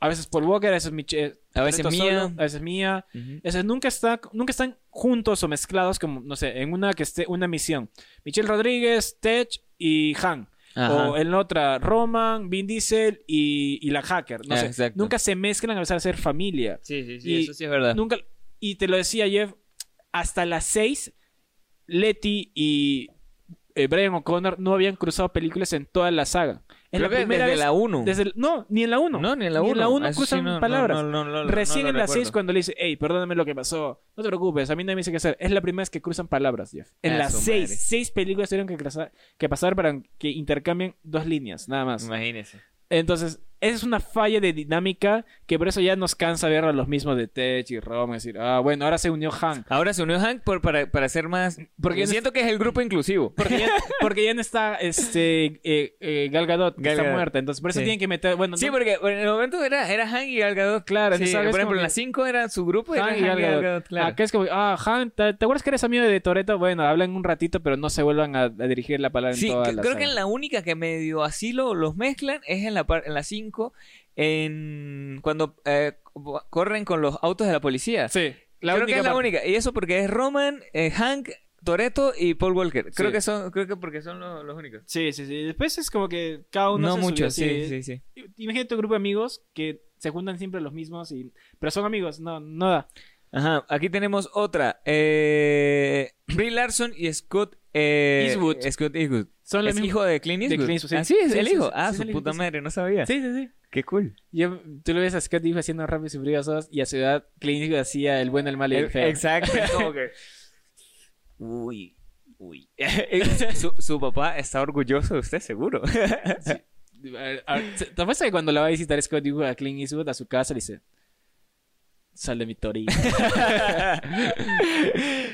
B: a veces Paul Walker, a veces Michelle.
C: A veces Mia.
B: a veces Mía. O sea, nunca, está, nunca están juntos o mezclados como, no sé, en una que esté una misión. Michelle Rodríguez, Tech y Han.
C: Ajá.
B: O en la otra, Roman, Vin Diesel y, y la hacker. No
C: Ah,
B: sé,
C: exacto. Ah.
B: nunca se mezclan a pesar de ser familia.
C: Sí, sí,
B: y-
C: sí. Eso sí es verdad.
B: Nunca, y te lo decía Jeff, hasta las 6, Letty y eh, Brian O'Connor no habían cruzado películas en toda la saga. Es la
C: Creo que
B: primera
C: desde
B: vez-
C: la 1.
B: desde el- no, ni en la 1.
C: No, ni en la
B: Ni
C: 1.
B: en la uno cruzan palabras. Recién en las 6
C: seis
B: cuando le dice, hey, perdóname lo que pasó. No te preocupes, a mí nadie me dice qué hacer. Es la primera vez que cruzan palabras, Jeff. En
C: Ah,
B: las
C: su
B: 6,
C: madre.
B: 6 películas tuvieron que, cruzar- que pasar para que intercambien dos líneas, nada más.
C: Imagínese.
B: Entonces, Esa es una falla de dinámica que por eso ya nos cansa ver a los mismos de Tech y Roma decir, ah, bueno, ahora se unió Han.
C: Ahora se unió Hank por- para, para ser más...
B: Porque
C: Porque
B: no-
C: siento que es el grupo inclusivo.
B: Porque ya, porque ya no está este, eh, eh, Gal Gadot, que
C: Gal
B: está
C: Gadot.
B: muerta. Entonces, por eso
C: Sí.
B: tienen que meter. Bueno,
C: Sí,
B: no-
C: porque en el momento era, era Hank y Gal Gadot, claro.
B: Sí,
C: entonces,
B: ¿sabes?
C: por ejemplo,
B: Como
C: en la
B: que-
C: 5 era su grupo, era
B: Han y Gal Gadot. Acá es como, ah, Han, ¿te, te acuerdas que eres amigo de Toreto? Bueno, hablan un ratito, pero no se vuelvan a, a dirigir la palabra
C: Sí,
B: en toda
C: cre-
B: la
C: creo
B: saga.
C: que en la única que medio así lo- los mezclan es en la par- en la 5, en cuando eh, co- corren con los autos de la policía.
B: Sí,
C: creo que es la
B: parte.
C: única. Y eso porque es Roman, eh, Hank, Toreto y Paul Walker. Creo
B: Sí.
C: que son, creo que porque son lo- los únicos.
B: Sí, sí, sí. Después es como que cada uno se
C: no
B: subió
C: muchos,
B: así.
C: sí, sí, sí.
B: Imagínate un grupo de amigos que se juntan siempre los mismos y pero son amigos, no, no da.
C: Ajá, aquí tenemos otra. Eh, Brie Larson y Scott eh,
B: Eastwood.
C: Scott Eastwood.
B: Son los
C: ¿Es
B: mismos.
C: hijo de Clint
B: de
C: Eastwood?
B: Clint Eastwood, sí.
C: Ah, sí, es
B: Sí,
C: el
B: sí,
C: hijo.
B: sí,
C: ah,
B: sí, es
C: su
B: el
C: puta
B: hijo, sí.
C: madre, no sabía.
B: Sí, sí, sí.
C: Qué cool.
B: Yo- tú lo ves a Scott Eastwood haciendo rápidos y furiosos y a Ciudad Clint Eastwood hacía el bueno, el malo y el
C: Eh,
B: feo.
C: Exacto. es como que- Uy, uy. su, su papá está orgulloso de usted, seguro.
B: A- a- ¿Te apuesto que cuando la va a visitar Scott Eastwood a Clint Eastwood a su casa le dice Sal de mi torilla.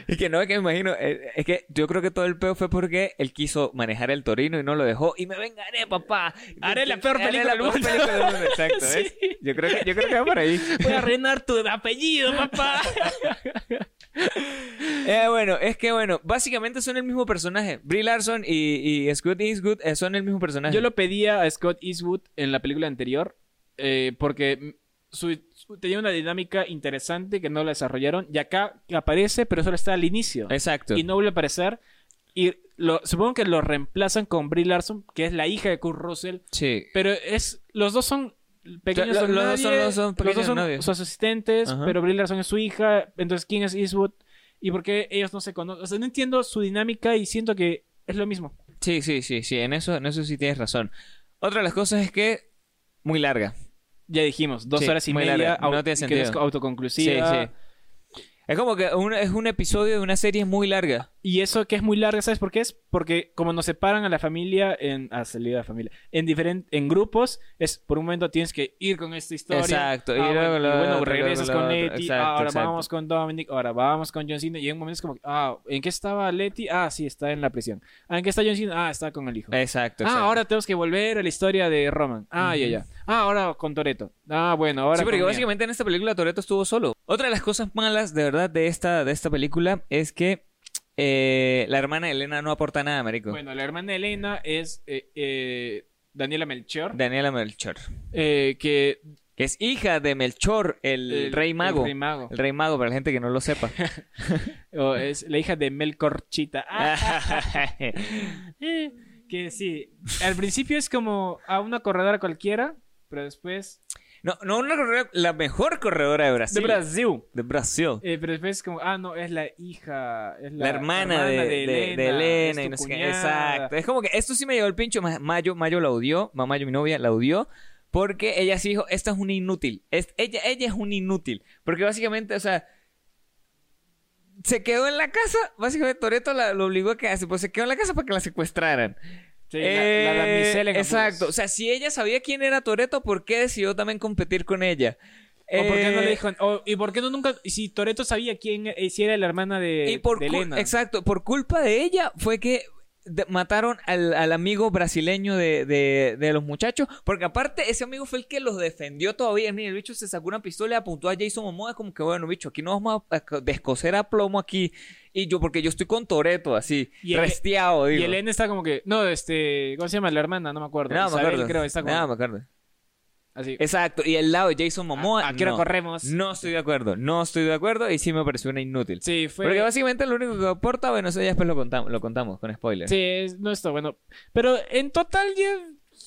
C: y que no, es que me imagino, eh, es que yo creo que todo el peo fue porque él quiso manejar el torino y no lo dejó. Y me vengaré, papá.
B: Haré la peor película
C: la
B: del
C: peor
B: mundo.
C: película del mundo, Exacto, ¿ves? Yo creo que, yo creo que va por ahí.
B: Voy a arruinar tu apellido, papá.
C: Eh, bueno, es que bueno, básicamente son el mismo personaje. Brie Larson y, y Scott Eastwood eh, son el mismo personaje.
B: Yo lo pedía a Scott Eastwood en la película anterior eh, porque su- su- tenía una dinámica interesante que no la desarrollaron y acá aparece pero solo está al inicio
C: Exacto.
B: y no vuelve a aparecer y lo, supongo que lo reemplazan con Brie Larson que es la hija de Kurt Russell
C: Sí.
B: pero es los dos son pequeños
C: Lo-
B: son
C: los dos son-
B: nadie,
C: los son
B: los dos
C: pequeños
B: son
C: novios.
B: sus asistentes
C: Ajá.
B: pero Brie Larson es su hija entonces quién es Eastwood y por qué ellos no se conocen o sea no entiendo su dinámica y siento que es lo mismo
C: Sí, sí, sí, sí, en eso, en eso sí tienes razón. Otra de las cosas es que muy larga.
B: Ya dijimos, dos
C: Sí,
B: horas y
C: muy
B: media.
C: larga,
B: au-
C: no tiene
B: que
C: sentido.
B: es autoconclusiva.
C: Es como que un- es un episodio de una serie muy larga.
B: Y eso que es muy larga, ¿sabes por qué es? Porque como nos separan a la familia en ah, a salir de la familia, en diferen- en grupos, es por un momento tienes que ir con esta historia.
C: Exacto,
B: Ah,
C: y
B: bueno,
C: luego
B: y
C: lo
B: bueno,
C: otro,
B: regresas
C: luego lo
B: con
C: otro,
B: Letty,
C: exacto,
B: ahora
C: exacto.
B: vamos con Dominic, ahora vamos con John Cena y en un momento es como, ah, ¿en qué estaba Letty? Ah, sí, está en la prisión. Ah, ¿en qué está John Cena? Ah, está con el hijo.
C: Exacto.
B: Ah,
C: exacto.
B: ahora tenemos que volver a la historia de Roman. Ah, ya, ya. Ah, ahora con Toreto. Ah, bueno, ahora
C: Sí, porque
B: con Mia.
C: básicamente en esta película Toreto estuvo solo. Otra de las cosas malas, de verdad, de esta, de esta película es que eh, la hermana de Elena no aporta nada, marico.
B: Bueno, la hermana de Elena es eh, eh, Daniela Melchor,
C: Daniela Melchor.
B: eh, que
C: Que es hija de Melchor, el, rey mago.
B: el rey mago.
C: El rey mago, para la gente que no lo sepa.
B: O es la hija de Melcorchita. Ah, eh, que sí, al principio es como a una corredora cualquiera, pero después...
C: no, no una corredora- la mejor corredora de Brasil.
B: De Brasil.
C: De Brasil.
B: Eh, pero después es como, ah, no, es la hija, es
C: La,
B: la,
C: hermana, de, de- de Elena,
B: es
C: y
B: tu
C: no sé qué.
B: cuñada.
C: Exacto. Es como que esto sí me llevó el pincho. Ma- Mayo, Mayo la odió. Ma- Mayo, mi novia, la odió. Porque ella sí dijo, esta es una inútil. Es, ella, ella es una inútil. Porque básicamente, o sea... Se quedó en la casa. Básicamente Toreto lo obligó a quedarse. Pues se quedó en la casa para que la secuestraran.
B: Sí, la- la, pues.
C: Eh,
B: damisela en apuros.
C: Exacto. O sea, si ella sabía quién era Toreto, ¿por qué decidió también competir con ella?
B: ¿O por qué no
C: Eh,
B: le dijo? o- ¿Y por qué no nunca? y Si Toreto sabía quién, eh, si era la hermana de,
C: Y por
B: de
C: cul-
B: Elena.
C: Exacto, por culpa de ella fue que de- mataron al, al amigo brasileño de, de- de los muchachos, porque aparte ese amigo fue el que los defendió todavía. Mira, el bicho se sacó una pistola y apuntó a Jason Momoa, como que bueno, bicho, aquí no vamos a a descoser a plomo aquí. Y yo, porque yo estoy con Toreto, así,
B: Y el- e-,
C: resteado, digo.
B: Y Elena está como que, no, este, ¿cómo se llama la hermana? No me acuerdo.
C: Nada, me
B: Isabel,
C: acuerdo.
B: creo, está como
C: Nada, me acuerdo.
B: así.
C: Exacto, y al lado de Jason Momoa.
B: ¿A, a qué hora
C: no.
B: corremos?
C: No estoy de acuerdo, no estoy de acuerdo y sí me pareció una inútil.
B: Sí, fue
C: Porque básicamente lo único que aporta, bueno, eso ya después lo contamos, lo contamos con spoilers.
B: Sí, es- no está bueno. Pero en total ya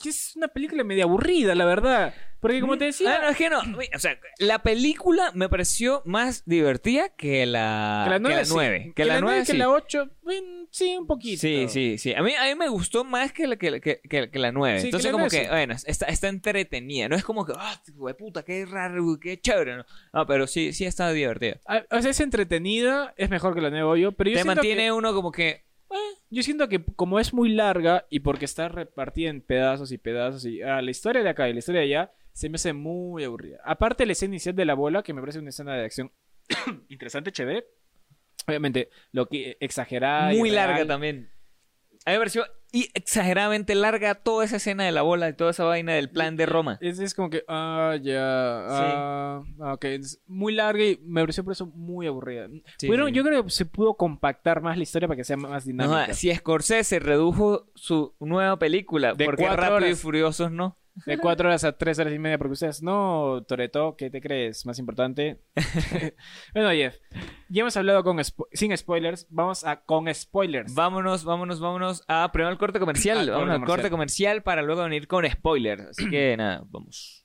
B: es una película media aburrida, la verdad. Porque como te decía, mm.
C: Ah, no, es que no. O sea, la película me pareció más divertida ah, que la
B: que la 9 sí.
C: nueve, Que la 9
B: que
C: sí.
B: la 8, bueno, sí, un poquito.
C: Sí, sí, sí. A mí, a mí me gustó más que la, que, la- que- que- que la 9.
B: Sí, que
C: Entonces,
B: la
C: como
B: nueve,
C: que,
B: sí.
C: bueno, está, está entretenida. No es como que, ah, hijo de puta, qué raro, qué chévere. No, No, pero sí, sí está divertida.
B: Ah, O sea, es entretenida, es mejor que la 9 hoyo, pero yo
C: Te
B: siento que-
C: mantiene uno como que,
B: Yo siento que como es muy larga y porque está repartida en pedazos y pedazos y ah, la historia de acá y la historia de allá, se me hace muy aburrida. Aparte la escena inicial de la bola, que me parece una escena de acción interesante, chévere. Obviamente, lo que exagerada. y
C: Muy larga
B: real.
C: también. A mí me pareció y- exageradamente larga toda esa escena de la bola y toda esa vaina del plan de Roma.
B: Es, es como que, ah, ya, ah, ah, ok. Es muy larga y me pareció por eso muy aburrida.
C: Sí,
B: bueno,
C: sí.
B: yo creo que se pudo compactar más la historia para que sea más
C: No,
B: dinámica.
C: si Scorsese redujo su nueva película,
B: De
C: porque
B: cuatro
C: Rápido y
B: horas.
C: Furiosos no.
B: De cuatro horas a tres horas y media, porque ustedes, no, Toreto, ¿qué te crees? Más importante. bueno, Jeff, ya hemos hablado con spo- sin spoilers, vamos a con spoilers.
C: Vámonos, vámonos, vámonos a primero al corte comercial.
B: Al Ah, corte
C: vámonos al
B: comercial.
C: corte comercial para luego venir con spoilers. Así que nada, vamos.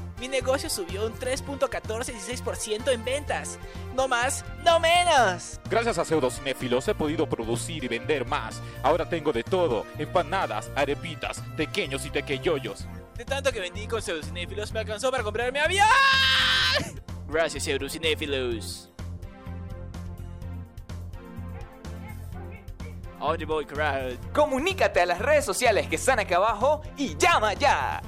D: Mi negocio subió un 3.1416% en ventas. No más, no menos.
E: Gracias a pseudocinéfilos he podido producir y vender más. Ahora tengo de todo: empanadas, arepitas, pequeños y tequeyoyos.
D: De tanto que vendí con pseudocinéfilos me alcanzó para comprarme avión. Gracias, pseudocinéfilos. ¿A dónde voy, carajo?
C: Comunícate a las redes sociales que están acá abajo y llama ya.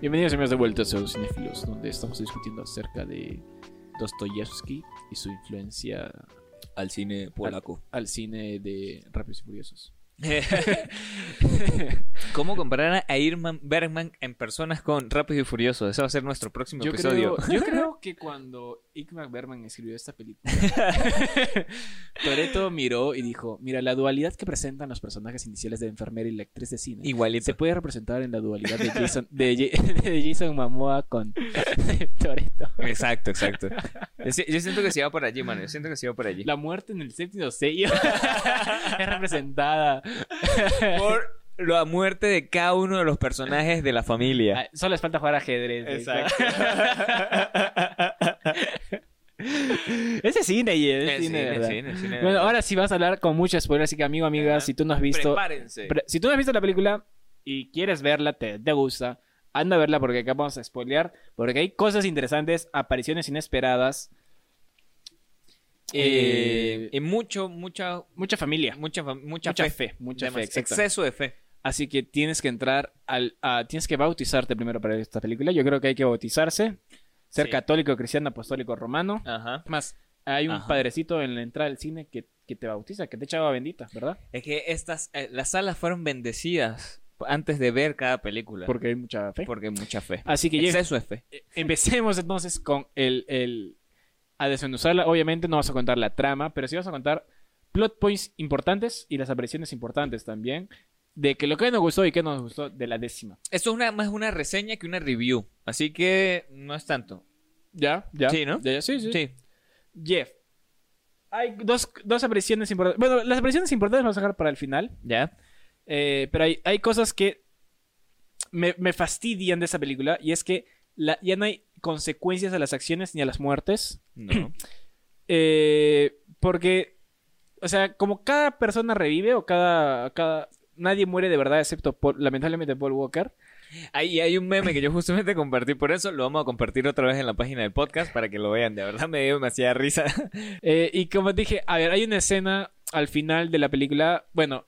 B: Bienvenidos a Más de Vuelta a Cinefilos, donde estamos discutiendo acerca de Dostoyevsky y su influencia
C: Al cine
B: polaco. al cine de Rápidos y Furiosos.
C: ¿Cómo comparar a Irman Bergman en personas con Rápido y Furioso? Eso va a ser nuestro próximo
B: Yo
C: episodio.
B: creo, yo creo que cuando Ingmar Bergman escribió esta película, Toreto miró y dijo, mira, la dualidad que presentan los personajes iniciales de enfermera y la actriz de cine
C: Igualito.
B: se puede representar en la dualidad de Jason, de, Ye- de Jason Momoa con Toreto.
C: Exacto, exacto. Yo, si- yo siento que se va por allí, mano. Yo siento que se va por allí.
B: La muerte en el séptimo sello es representada.
C: Por la muerte de cada uno de los personajes de la familia.
B: Ah, Solo les falta jugar ajedrez. ¿eh? güey. Ese es cine, y es cine,
C: El cine, el
B: ¿verdad?
C: cine, el cine,
B: Bueno, ahora sí vas a hablar con mucho spoiler, así que amigo, amiga, si tú no has visto...
C: Prepárense.
B: Pre- Si tú no has visto la película y quieres verla, te, te gusta, anda a verla porque acá vamos a spoilear, porque hay cosas interesantes, apariciones inesperadas,
C: Eh,
B: Eh,
C: y mucho, mucha,
B: mucha familia,
C: mucha, fa- mucha,
B: mucha
C: fe.
B: fe, mucha fe,
C: Demasi-
B: exacto.
C: Exceso de fe.
B: Así que tienes que entrar al, a- tienes que bautizarte primero para esta película. Yo creo que hay que bautizarse, ser
C: Sí.
B: católico, cristiano, apostólico, romano.
C: Ajá.
B: Más, hay un
C: Ajá.
B: padrecito en la entrada del cine que, que te bautiza, que te echa agua bendita, ¿verdad?
C: Es que estas, eh, las salas fueron bendecidas antes de ver cada película.
B: Porque hay mucha fe.
C: Porque hay mucha fe.
B: Así que Jeff,
C: Exceso de fe.
B: Empecemos entonces con el, el- a desmenuzarla. Obviamente no vas a contar la trama, pero sí vas a contar plot points importantes y las apariciones importantes también. De que lo que nos gustó y que no nos gustó de la décima.
C: Esto es una, más una reseña que una review. Así que no es tanto.
B: ¿Ya? ¿Ya?
C: Sí, ¿no?
B: Ya, ya, sí, sí.
C: Sí.
B: Jeff. Hay dos, dos apariciones importantes. Bueno, las apariciones importantes las vamos a dejar para el final.
C: ¿Ya?
B: eh, pero hay, hay cosas que me, me fastidian de esa película. Y es que la- ya no hay consecuencias a las acciones ni a las muertes.
C: No.
B: Eh, porque, o sea, como cada persona revive o cada, cada... Nadie muere de verdad excepto, Paul- lamentablemente, Paul Walker.
C: Ahí hay un meme que yo justamente compartí por eso. Lo vamos a compartir otra vez en la página del podcast para que lo vean. De verdad me dio demasiada risa.
B: Eh, y como dije, a ver, hay una escena al final de la película, bueno,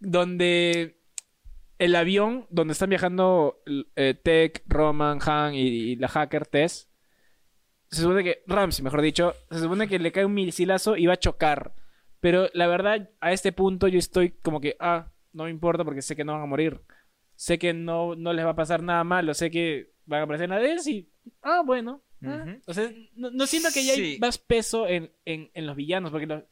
B: donde el avión, donde están viajando eh, Tech, Roman, Han y, y la hacker Tess, se supone que, Ramsey, mejor dicho, se supone que le cae un misilazo y va a chocar. Pero la verdad, a este punto yo estoy como que, ah, no me importa porque sé que no van a morir. Sé que no, no les va a pasar nada malo, sé que van a aparecer en la DS y, ah, bueno. ah.
C: Ujú.
B: O sea, no, no siento que ya
C: Sí.
B: hay más peso en, en- en los villanos, porque los-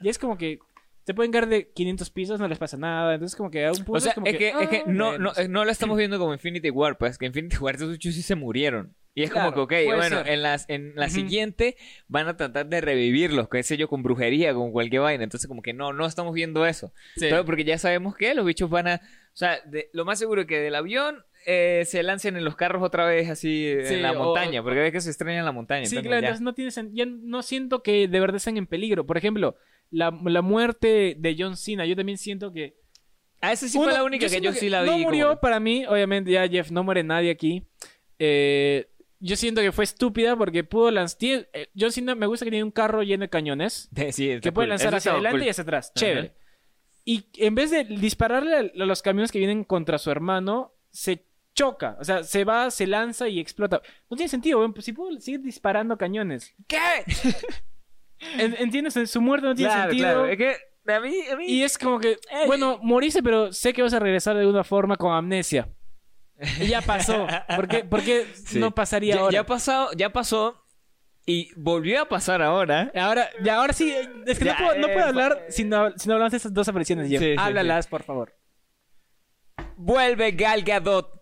B: ya es como que te pueden caer de 500 pisos, no les pasa nada. Entonces, como que a un punto.
C: O sea,
B: es como
C: es que, es que
B: ah,
C: no,
B: bueno,
C: no, eh, no lo estamos viendo como Infinity War, pues que Infinity War esos bichos sí se murieron. Y es
B: Claro,
C: como que, ok,
B: puede
C: bueno,
B: ser.
C: en, las, en la
B: Ujú.
C: siguiente van a tratar de revivirlos, qué sé yo, con brujería, con cualquier vaina. Entonces, como que no, no estamos viendo eso.
B: sí.
C: Todo porque ya sabemos que los bichos van a. O sea, de- lo más seguro es que del avión eh, se lancen en los carros otra vez así eh,
B: Sí,
C: en la
B: o-
C: montaña, porque ves que se estrellan en la montaña.
B: Sí,
C: entonces,
B: claro,
C: ya.
B: entonces no tiene sen- ya no siento que de verdad estén en peligro. Por ejemplo, la, la muerte de John Cena, yo también siento que.
C: Ah, esa sí fue
B: Uno,
C: la única que
B: siento
C: yo sí la vi.
B: No
C: como
B: murió
C: que-
B: para mí, obviamente, ya Jeff, no muere nadie aquí. Eh, yo siento que fue estúpida porque pudo lanzar. eh, John Cena me gusta que tiene un carro lleno de cañones.
C: Sí, está
B: que puede
C: cool.
B: lanzar
C: Eso
B: hacia
C: estaba
B: adelante
C: cool.
B: y hacia atrás.
C: Ajá.
B: Chévere. Y en vez de dispararle a a los camiones que vienen contra su hermano, se choca. O sea, se va, se lanza y explota. No tiene sentido, weón. Si puedo seguir disparando cañones.
C: ¿Qué?
B: En- ¿Entiendes? En Su muerte no tiene
C: Claro,
B: sentido.
C: claro. Es que a mí. A mí...
B: Y es como que, bueno, moriste, pero sé que vas a regresar de alguna forma con amnesia. Y ya pasó. ¿Por qué, por qué
C: Sí.
B: no pasaría
C: ya,
B: ahora?
C: ya ha pasado, ya pasó y volvió a pasar ahora.
B: Ahora, ya, ahora sí, eh, es que
C: Ya,
B: no, puedo, no
C: eh,
B: puedo hablar si no, si no hablamos de esas dos apariciones, Jeff.
C: Sí, sí,
B: Háblalas, por favor.
C: Vuelve Gal Gadot.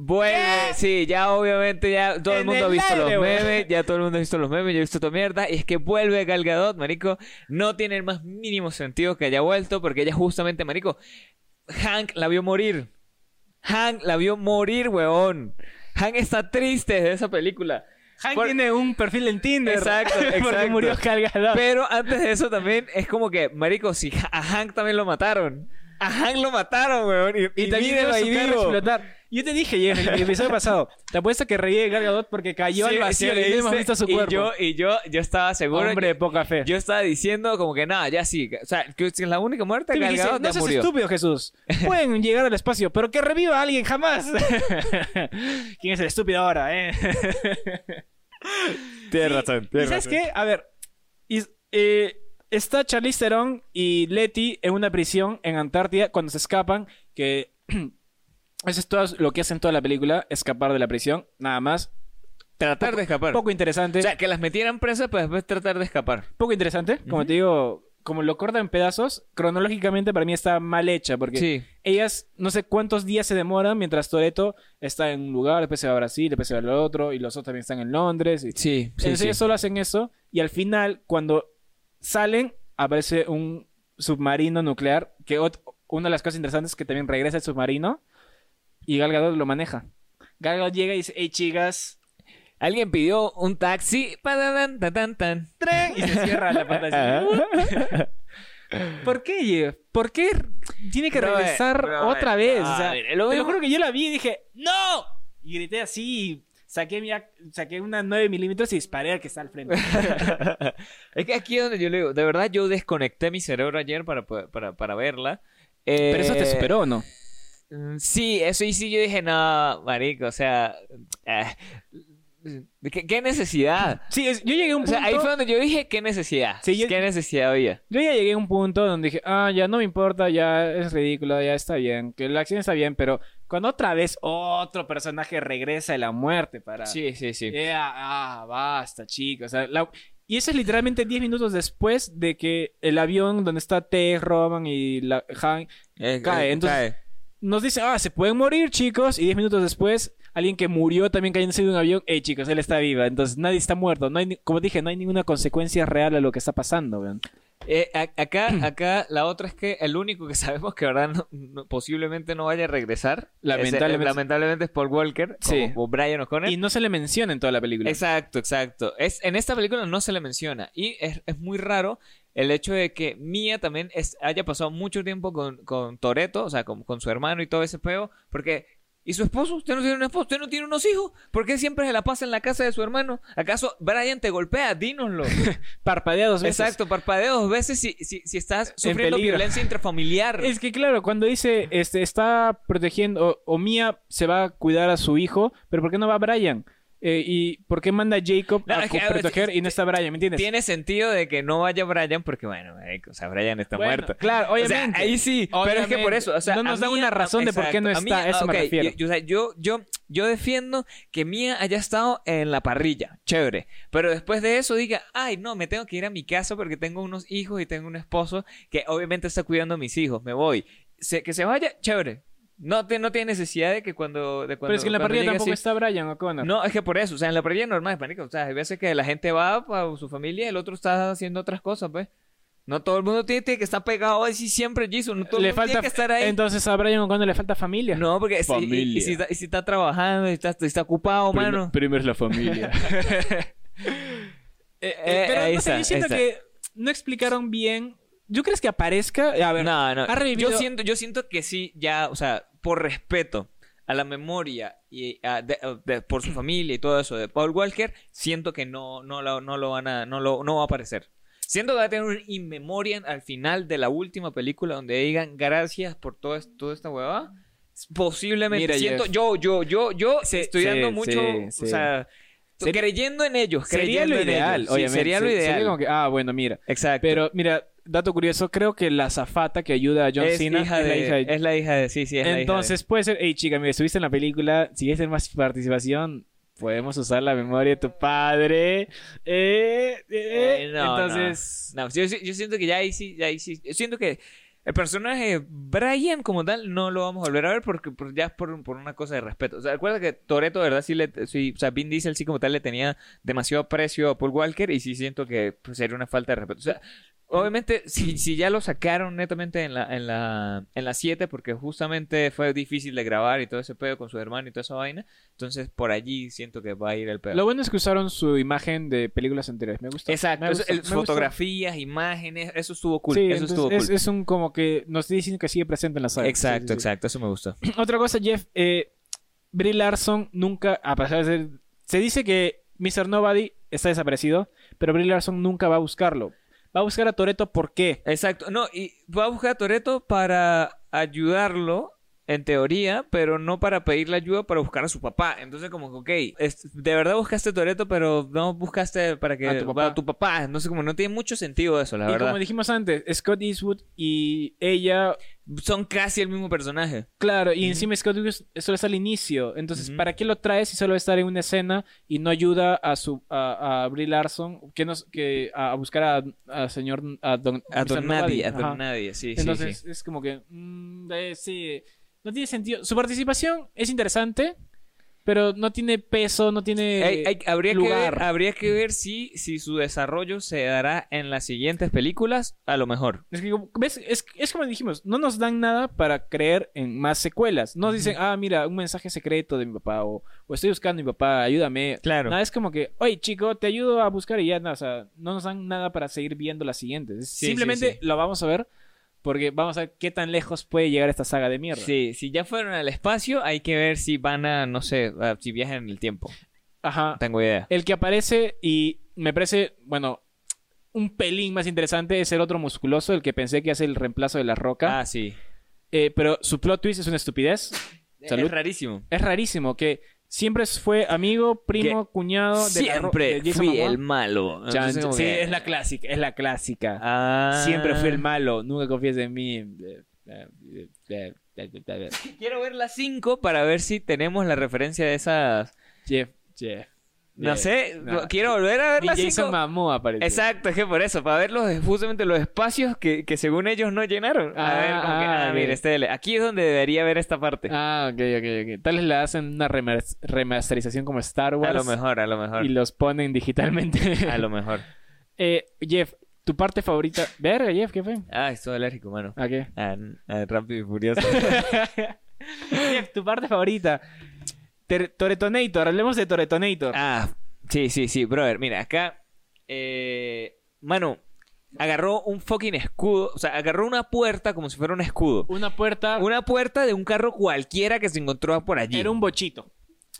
C: Vuelve, sí, ya obviamente ya todo el
B: En el
C: mundo ha visto
B: aire,
C: los
B: güey.
C: memes, ya todo el mundo ha visto los memes, yo he visto tu mierda, y es que vuelve Gal Gadot, marico, no tiene el más mínimo sentido que haya vuelto, porque ella justamente, marico, Hank la vio morir, Hank la vio morir, weón, Hank está triste de esa película,
B: Hank
C: Por-
B: tiene un perfil en Tinder.
C: Exacto, exacto.
B: Porque murió cargado.
C: Pero antes de eso también es como que, marico, si ja- a Hank también lo mataron. A Hank lo mataron, weón. Y, y, míralo
B: vio
C: ahí
B: su carro
C: vivo.
B: explotar. Yo te dije, Jeff, en el episodio pasado, te apuesto que reí de Gal Gadot porque cayó
C: Sí,
B: al vacío
C: sí,
B: y no hemos
C: leíste.
B: visto su
C: Y
B: cuerpo.
C: yo, y yo, yo estaba seguro.
B: Hombre de poca fe.
C: Yo estaba diciendo como que nada, ya sí. O sea, que es la única muerte
B: Tú
C: que
B: me
C: Gal
B: dijiste,
C: Gadot
B: no
C: ya
B: seas
C: murió.
B: estúpido, Jesús. Pueden llegar al espacio, pero que reviva a alguien jamás. ¿Quién es el estúpido ahora, eh?
C: Tienes
B: ¿Y sabes qué? A ver, y- eh, está Charlize Theron y Letty en una prisión en Antártida cuando se escapan, que eso es todo lo que hacen toda la película, escapar de la prisión, nada más.
C: Tratar de escapar.
B: Poco interesante.
C: O sea, que las metieran presas para después tratar de escapar.
B: poco interesante, como te digo, como lo cortan en pedazos, cronológicamente para mí está mal hecha, porque
C: Sí.
B: ellas no sé cuántos días se demoran mientras Toreto está en un lugar, después se va a Brasil, después se va al otro, y los otros también están en Londres. Y...
C: Sí, sí,
B: Entonces
C: sí.
B: ellos solo hacen eso y al final, cuando salen, aparece un submarino nuclear, que ot- una de las cosas interesantes es que también regresa el submarino y Gal Gadot lo maneja. Gal Gadot llega y dice, hey chicas,
C: Alguien pidió un taxi. Padadán, tan, tan, tan.
B: tren, y se cierra la pantalla. ¿Por qué, Jeff? ¿Por qué tiene que
C: Bro,
B: regresar
C: bro,
B: otra vez? O sea,
C: a ver,
B: te
C: lo-
B: lo juro que yo la vi y dije, ¡No! Y grité así, y saqué, mi ac- saqué una 9 milímetros y disparé al que está al frente.
C: Eh, Es que aquí es donde yo le digo, de verdad yo desconecté mi cerebro ayer para, poder- para, para verla. Eh,
B: ¿o no?
C: Mm, Sí, eso y sí yo dije, no, marico, o sea, eh, ¿qué, qué necesidad?
B: Sí, es- yo llegué a un
C: O
B: punto.
C: sea, ahí fue donde yo dije, ¿qué necesidad?
B: Sí, yo-
C: ¿Qué necesidad había?
B: Yo ya llegué a un punto donde dije, ah, ya no me importa, ya es ridículo, ya está bien, que la acción está bien, pero cuando otra vez otro personaje regresa de la muerte para.
C: Sí, sí, sí.
B: Eh, ah, ah, basta, chicos. O sea, la- Y eso es literalmente 10 minutos después de que el avión donde está T, Roman y la... Hank Eh,
C: eh,
B: cae, entonces- nos dice, ah, se pueden morir, chicos. Y 10 minutos después, alguien que murió también cayéndose de un avión, hey, chicos, él está viva. Entonces nadie está muerto. No hay ni- Como dije, no hay ninguna consecuencia real a lo que está pasando, weón.
C: Eh, a- acá, acá la otra es que el único que sabemos que verdad no- no- posiblemente no vaya a regresar,
B: Lamentablemente.
C: es, eh, lamentablemente es Paul Walker
B: Sí.
C: o, o Brian O'Connor.
B: Y no se le menciona en toda la película.
C: Exacto, exacto. Es, en esta película no se le menciona. Y es, es muy raro el hecho de que Mia también es- haya pasado mucho tiempo con, con Toreto, o sea, con, con su hermano y todo ese peo, porque... ¿Y su esposo? ¿Usted no tiene un esposo? ¿Usted no tiene unos hijos? ¿Por qué siempre se la pasa en la casa de su hermano? ¿Acaso Brian te golpea? Dínoslo.
B: Parpadea dos veces.
C: Exacto, parpadea dos veces si, si, si estás sufriendo
B: peligro.
C: violencia intrafamiliar.
B: Es que claro, cuando dice este está protegiendo o, o Mia se va a cuidar a su hijo, pero ¿por qué no va Brian? Eh, ¿Y por qué manda Jacob
C: No,
B: a
C: es que, a ver,
B: proteger
C: t-
B: y no está Brian? ¿Me entiendes?
C: Tiene sentido de que no vaya Brian porque, bueno, marico, o sea, Brian está
B: Bueno,
C: muerto.
B: Claro,
C: O sea,
B: obviamente.
C: ahí sí, pero es que por eso, o sea,
B: No nos
C: a
B: dan
C: mí-
B: una razón de por qué no
C: exacto, a mí-
B: está, a eso me
C: ok,
B: refiero.
C: Yo, yo- o sea, yo, yo, yo defiendo que Mía haya estado en la parrilla, chévere, pero después de eso diga, ay, no, me tengo que ir a mi casa porque tengo unos hijos y tengo un esposo que obviamente está cuidando a mis hijos, me voy. Se- que se vaya, chévere. No, te, no tiene necesidad de que cuando... De cuando
B: pero es que en la
C: cuando
B: parrilla
C: llegue
B: tampoco
C: así-
B: está Brian O'Connor.
C: no, es que por eso, o sea, en la parrilla normal es marico, o sea, hay veces que la gente va para su familia y el otro está haciendo otras cosas, pues. No todo el mundo tiene, tiene que estar pegado así siempre, Jason, no todo el
B: le
C: mundo
B: falta,
C: tiene que estar ahí.
B: Entonces a Brian O'Connor le falta familia.
C: No, porque si, y- y si, está, y si está trabajando, y está, y está ocupado, mano.
B: Primero es la familia.
C: Eh,
B: pero
C: ahí
B: no sé,
C: está,
B: yo siento
C: ahí
B: que no explicaron bien. ¿Yo crees que aparezca? A ver,
C: no, no.
B: ha revivido-
C: Yo siento, yo siento que sí, ya, o sea, por respeto a la memoria y a- de- de- por su familia y todo eso de Paul Walker, siento que no, no, lo, no lo van a, no lo, no va a aparecer. Siento que va a tener un in memoriam al final de la última película donde digan gracias por todo es- toda esta huevada. Posiblemente
B: Mira,
C: siento,
B: Jeff.
C: yo, yo, yo, yo
B: Sí,
C: estoy
B: sí,
C: dando mucho,
B: sí,
C: o
B: sí.
C: sea,
B: Sería-
C: creyendo en ellos,
B: sería
C: creyendo
B: lo
C: Pues en
B: ideal,
C: ellos. Sí,
B: obviamente.
C: sería lo
B: Se-
C: ideal.
B: como que, ah, bueno, mira.
C: Exacto.
B: Pero mira, dato curioso, creo que la zafata que ayuda a John
C: es,
B: Cena
C: hija
B: es la
C: de,
B: hija de
C: es la hija de, sí, sí, es la hija de-
B: Entonces puede ser, hey chica, mira, estuviste en la película, si quieres tener más participación, podemos usar la memoria de tu padre. Eh, eh,
C: Eh, no,
B: entonces,
C: No, yo, yo siento que ya ahí sí, ya ahí sí. Yo siento que el personaje Brian como tal no lo vamos a volver a ver porque por- ya es por, por una cosa de respeto. O sea, recuerda que Toreto, ¿verdad? Sí, le, sí, o sea, Vin Diesel sí como tal le tenía demasiado precio a Paul Walker y sí siento que pues, sería una falta de respeto. O sea, obviamente si, si ya lo sacaron netamente en la en la en la 7 porque justamente fue difícil de grabar y todo ese pedo con su hermano y toda esa vaina, entonces por allí siento que va a ir el pedo.
B: lo bueno es que usaron su imagen de películas anteriores, me gusta.
C: Exacto,
B: me
C: eso-
B: gusta,
C: el-
B: me gusta.
C: fotografías, imágenes, eso estuvo cool.
B: Sí,
C: eso
B: entonces
C: estuvo
B: es,
C: cool.
B: es un como que nos está diciendo que sigue presente en la saga.
C: exacto,
B: Sí, sí, sí.
C: exacto, eso me gustó.
B: Otra cosa, Jeff, eh, Brie Larson nunca, a pesar de ser, se dice que Mr. Nobody está desaparecido, pero Brie Larson nunca va a buscarlo. Va a buscar a Toreto, ¿por qué?
C: Exacto, no, y va a buscar a Toreto para ayudarlo, en teoría, pero no para pedirle ayuda para buscar a su papá. Entonces, como que, ok, es- de verdad buscaste a Toreto, pero no buscaste para que
B: A tu papá.
C: a tu papá. Entonces, como no tiene mucho sentido eso, la
B: y
C: verdad.
B: como dijimos antes, Scott Eastwood y ella,
C: Son casi el mismo personaje.
B: claro, y
C: Ujú.
B: encima Scott Eastwood solo está al inicio. Entonces,
C: Ujú.
B: ¿para qué lo trae si solo va a estar en una escena y no ayuda a su a, a Brie Larson que nos, que a, a buscar a, a señor a Don,
C: A
B: Mr.
C: Don Nadie, a
B: Nobody? Ajá.
C: Don Nadie, sí, sí, sí.
B: Entonces es como que mm, eh, sí, no tiene sentido. Su participación es interesante, pero no tiene peso, no tiene
C: Hay- hay- habría,
B: lugar.
C: Que ver, habría que ver si, si su desarrollo se dará en las siguientes películas, a lo mejor.
B: Es que, como- ¿ves? Es, es como dijimos, no nos dan nada para creer en más secuelas. No dicen, ah, mira, un mensaje secreto de mi papá o, o estoy buscando a mi papá, ayúdame.
C: Claro.
B: Nada, es como que, oye, chico, te ayudo a buscar y ya, no, o sea, no nos dan nada para seguir viendo las siguientes. Es
C: Sí,
B: Simplemente
C: sí,
B: lo vamos a ver porque vamos a ver qué tan lejos puede llegar esta saga de mierda.
C: Sí, si ya fueron al espacio, hay que ver si van a, no sé, a- si viajan en el tiempo.
B: Ajá.
C: No tengo idea.
B: El que aparece y me parece, bueno, un pelín más interesante es el otro musculoso, el que pensé que hace el reemplazo de la roca.
C: Ah, sí.
B: Eh, pero su plot twist es una estupidez. Salud.
C: Es rarísimo.
B: Es rarísimo que siempre fue amigo, primo, cuñado de la ro-
C: Siempre
B: de Jason
C: fui
B: Momoa.
C: el malo.
B: Chan-
C: Entonces, como
B: sí,
C: que-
B: es la clásica, es la clásica.
C: Ah.
B: Siempre fui el malo, nunca confíes en mí. Eh, eh, eh, eh, eh, eh, eh.
C: Quiero ver las 5 para ver si tenemos la referencia de esas.
B: Jeff, Jeff.
C: No
B: Jeff.
C: sé,
B: no.
C: quiero volver a ver
B: Ni
C: las
B: Jason
C: 5.
B: Momoa aparece.
C: Exacto, es que por eso, para ver los, justamente los espacios que, que según ellos no llenaron. A
B: Ah,
C: ver, como que,
B: ah,
C: ah, mira,
B: bien.
C: este, aquí es donde debería haber esta parte.
B: Ah, ok, ok, ok. Tal vez le hacen una remas- remasterización como Star Wars.
C: a lo mejor, a lo mejor.
B: Y los ponen digitalmente.
C: A lo mejor.
B: Eh, Jeff, tu parte favorita. Verga, Jeff, ¿qué fue?
C: Ah, estoy alérgico, mano.
B: ¿A qué?
C: Ah, n- ah, rápido y furioso.
B: Jeff, tu parte favorita. Ter- Toretonator, hablemos de Toretonator.
C: ah, sí, sí, sí, brother. Mira, acá. Eh, mano, agarró un fucking escudo. O sea, agarró una puerta como si fuera un escudo.
B: Una puerta.
C: Una puerta de un carro cualquiera que se encontró por allí.
B: Era un bochito.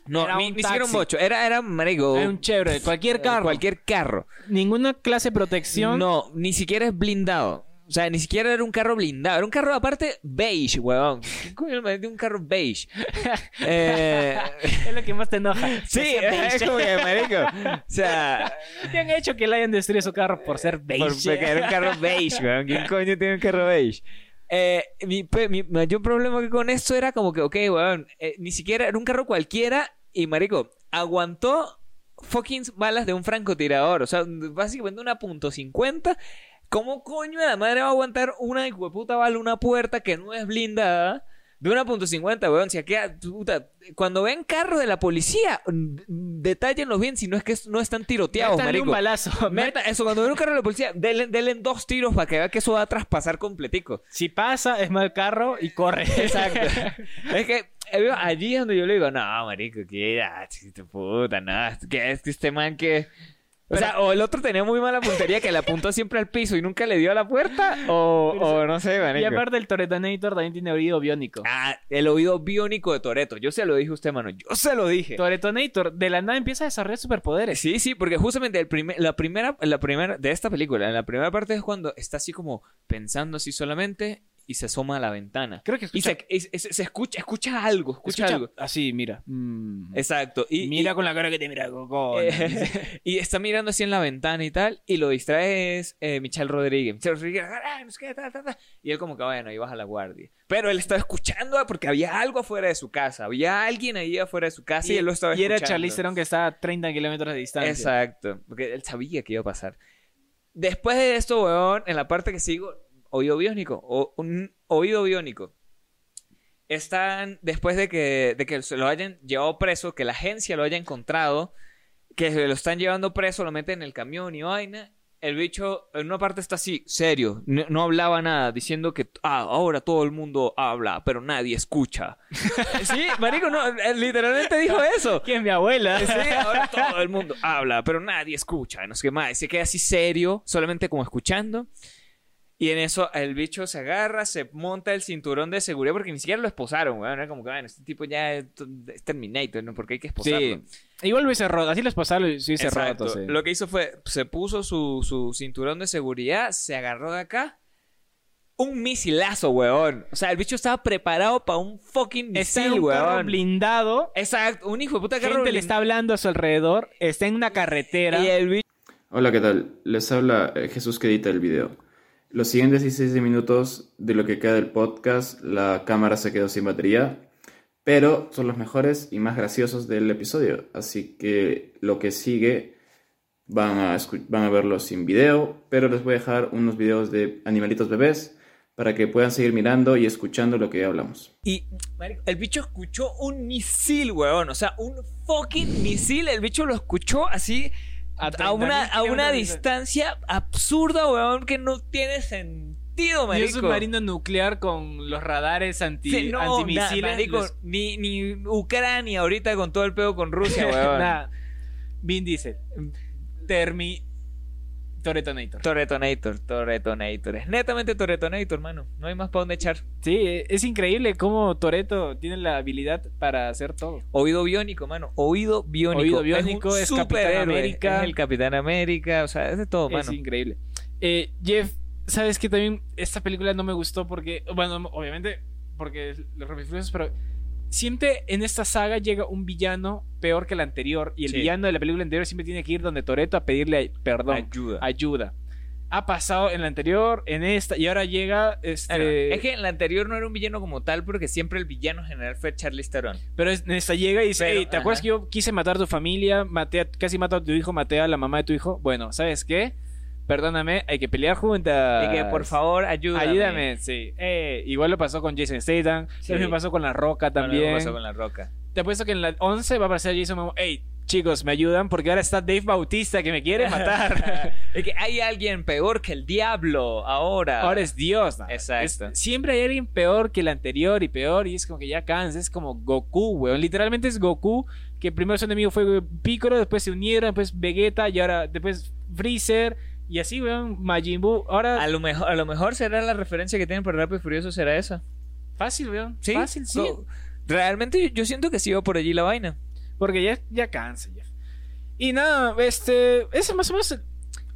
C: no,
B: era
C: ni,
B: un
C: ni siquiera un
B: taxi.
C: bocho. Era, era marico, eh,
B: Era un chévere. de Cualquier carro.
C: Cualquier carro.
B: Ninguna clase de protección.
C: No, ni siquiera es blindado. O sea, ni siquiera era un carro blindado. Era un carro aparte beige, huevón. ¿Qué coño me metió un carro beige? Eh,
B: Es lo que más te enoja.
C: sí,
B: Ese beige.
C: es como que, marico. O sea,
B: ¿Qué han hecho que le hayan destruido su carro por ser beige?
C: por- porque era un carro beige, weón. ¿Quién coño tiene un carro beige? Eh, mi, pe- mi mayor problema que con esto era como que, ok, weón, eh, ni siquiera era un carro cualquiera y, marico, aguantó fucking balas de un francotirador. O sea, básicamente una punto .50. ¿Cómo coño de la madre va a aguantar una puta bala, una puerta que no es blindada? De una punto .50, weón. Si aquí, ah, puta, cuando ven carros de la policía, mm, detállenlos bien si no es que no están tiroteados,
B: Métanle un
C: marico.
B: balazo.
C: Meta, eso, cuando ven un carro de la policía, denle, denle dos tiros para que vea que eso va a traspasar completico.
B: Si pasa, es mal carro y corre.
C: Exacto. es que eh, digo, allí es donde yo le digo, no, marico, que ah, ch- tu puta, no, que es que este man que. O sea, o el otro tenía muy mala puntería que le apuntó siempre al piso y nunca le dio a la puerta, o,
B: Pero
C: o no sé,
B: Y
C: marico.
B: aparte el Toretanator también tiene oído biónico.
C: Ah, el oído biónico de Toreto. Yo se lo dije a usted, mano. Yo se lo dije.
B: Toretanator de la nada empieza a desarrollar superpoderes.
C: Sí, sí, porque justamente el primer, la primera, la primera de esta película, en la primera parte es cuando está así como pensando así solamente y se asoma a la ventana.
B: Creo que
C: Y
B: escucha,
C: se, es- es- se escucha, escucha algo, escucha,
B: escucha-
C: algo.
B: Así, mira. Mm.
C: Exacto. Y,
B: mira con la cara que te mira, Gogo.
C: y, eh, y está mirando así en la ventana y tal, y lo distrae es eh, Michelle Rodríguez. Michelle Rodríguez, "Ah, no sé qué, ta, ta, ta". y él como que, bueno, ahí baja la guardia. Pero él estaba escuchando porque había algo afuera de su casa, había alguien ahí afuera de su casa y, él lo estaba
B: y era
C: escuchando.
B: Charlize Theron que estaba a 30 kilómetros de distancia.
C: Exacto, porque él sabía que iba a pasar. Después de esto, weón, en la parte que sigo, oído biónico, o, un oído biónico. Están, después de que, de que se lo hayan llevado preso, que la agencia lo haya encontrado, que se lo están llevando preso, lo meten en el camión y vaina. El bicho, en una parte está así, serio, no, no hablaba nada, diciendo que ah, ahora todo el mundo habla, pero nadie escucha. sí, marico, no, eh, literalmente dijo eso.
B: ¿Quién es mi abuela?
C: Sí, ahora todo el mundo habla, pero nadie escucha, no sé qué más. Y se queda así serio, solamente como escuchando. Y en eso el bicho se agarra, se monta el cinturón de seguridad porque ni siquiera lo esposaron, weón. Era como que, bueno, este tipo ya es es Terminator, ¿no? Porque hay que esposarlo.
B: Sí. Igual lo hice roto. Así les pasaba, lo hice
C: Exacto.
B: roto. sí.
C: Lo que hizo fue, se puso su, su cinturón de seguridad, se agarró de acá. Un misilazo, weón. O sea, el bicho estaba preparado para un fucking
B: Está
C: misil,
B: en un carro
C: weón.
B: blindado.
C: Exacto, un hijo de puta
B: La
C: carro
B: gente le
C: blindado.
B: está hablando a su alrededor. Está en una carretera.
C: Y el bicho
F: Hola, ¿qué tal? Les habla eh, Jesús que edita el video. Los siguientes 16 minutos de lo que queda del podcast, la cámara se quedó sin batería, pero son los mejores y más graciosos del episodio, así que lo que sigue van a, escu- van a verlo sin video, pero les voy a dejar unos videos de animalitos bebés para que puedan seguir mirando y escuchando lo que hablamos.
C: Y marico, el bicho escuchó un misil, weón. O sea, un fucking misil. El bicho lo escuchó así a, a
B: 30.000
C: una, a una
B: kilómetros de
C: distancia absurda, weón, que no tiene sentido,
B: Y un
C: marico.
B: submarino nuclear con los radares anti,
C: Sí, no,
B: antimisiles.
C: na- marico,
B: los-
C: ni, ni Ucrania ahorita con todo el pedo con Rusia, weón.
B: Nada. Vin Diesel. Termi. Toretanator.
C: Torretonator, Torretonator. Es netamente Torretonator, mano. No hay más para dónde echar.
B: Sí, es increíble cómo Toreto tiene la habilidad para hacer todo.
C: Oído biónico, mano. Oído biónico.
B: Oído biónico,
C: un
B: es Capitán
C: superhéroe,
B: América.
C: Es el Capitán América. O sea, es de todo,
B: es
C: mano.
B: increíble. Eh, Jeff, ¿sabes que también esta película no me gustó porque, bueno, obviamente porque los rompefilos, pero siempre en esta saga llega un villano peor que el anterior y el
C: Sí.
B: villano de la película anterior siempre tiene que ir donde Toreto a pedirle perdón,
C: Ayuda.
B: ayuda. Ha pasado en la anterior, en esta y ahora llega
C: Ah, no.
B: este
C: Es que en la anterior no era un villano como tal, porque siempre el villano general fue Charlize Theron.
B: Pero es- esta llega y dice,
C: Pero,
B: "Ey, ¿te acuerdas
C: ajá.
B: que yo quise matar a tu familia? Maté a- casi mato a tu hijo, maté a la mamá de tu hijo. Bueno, ¿sabes qué? Perdóname, hay que pelear juntas.
C: Y que por favor, ayúdame.
B: Ayúdame, sí. Eh, igual lo pasó con Jason Statham.
C: Sí.
B: Lo mismo pasó con La Roca
C: Bueno,
B: también.
C: algo pasó con la roca.
B: Te apuesto que en la 11 va a aparecer Jason Momoa. Hey, chicos, me ayudan porque ahora está Dave Bautista que me quiere matar.
C: es que hay alguien peor que el diablo ahora.
B: ahora es Dios. ¿no?
C: Exacto.
B: Es- siempre hay alguien peor que el anterior y peor. Y es como que ya cansa. Es como Goku, weón. Literalmente es Goku que primero su enemigo fue Piccolo, después se unieron, después Vegeta y ahora después Freezer. Y así, weón, Majin Buu. Ahora,
C: A lo mejor, a lo mejor será la referencia que tienen para Rápido y Furioso será esa.
B: fácil, weón.
C: Sí.
B: Fácil, sí.
C: Co- Realmente yo- yo siento que sí va por allí la vaina.
B: Porque ya, ya cansa, ya. Y nada, este. Eso es más o menos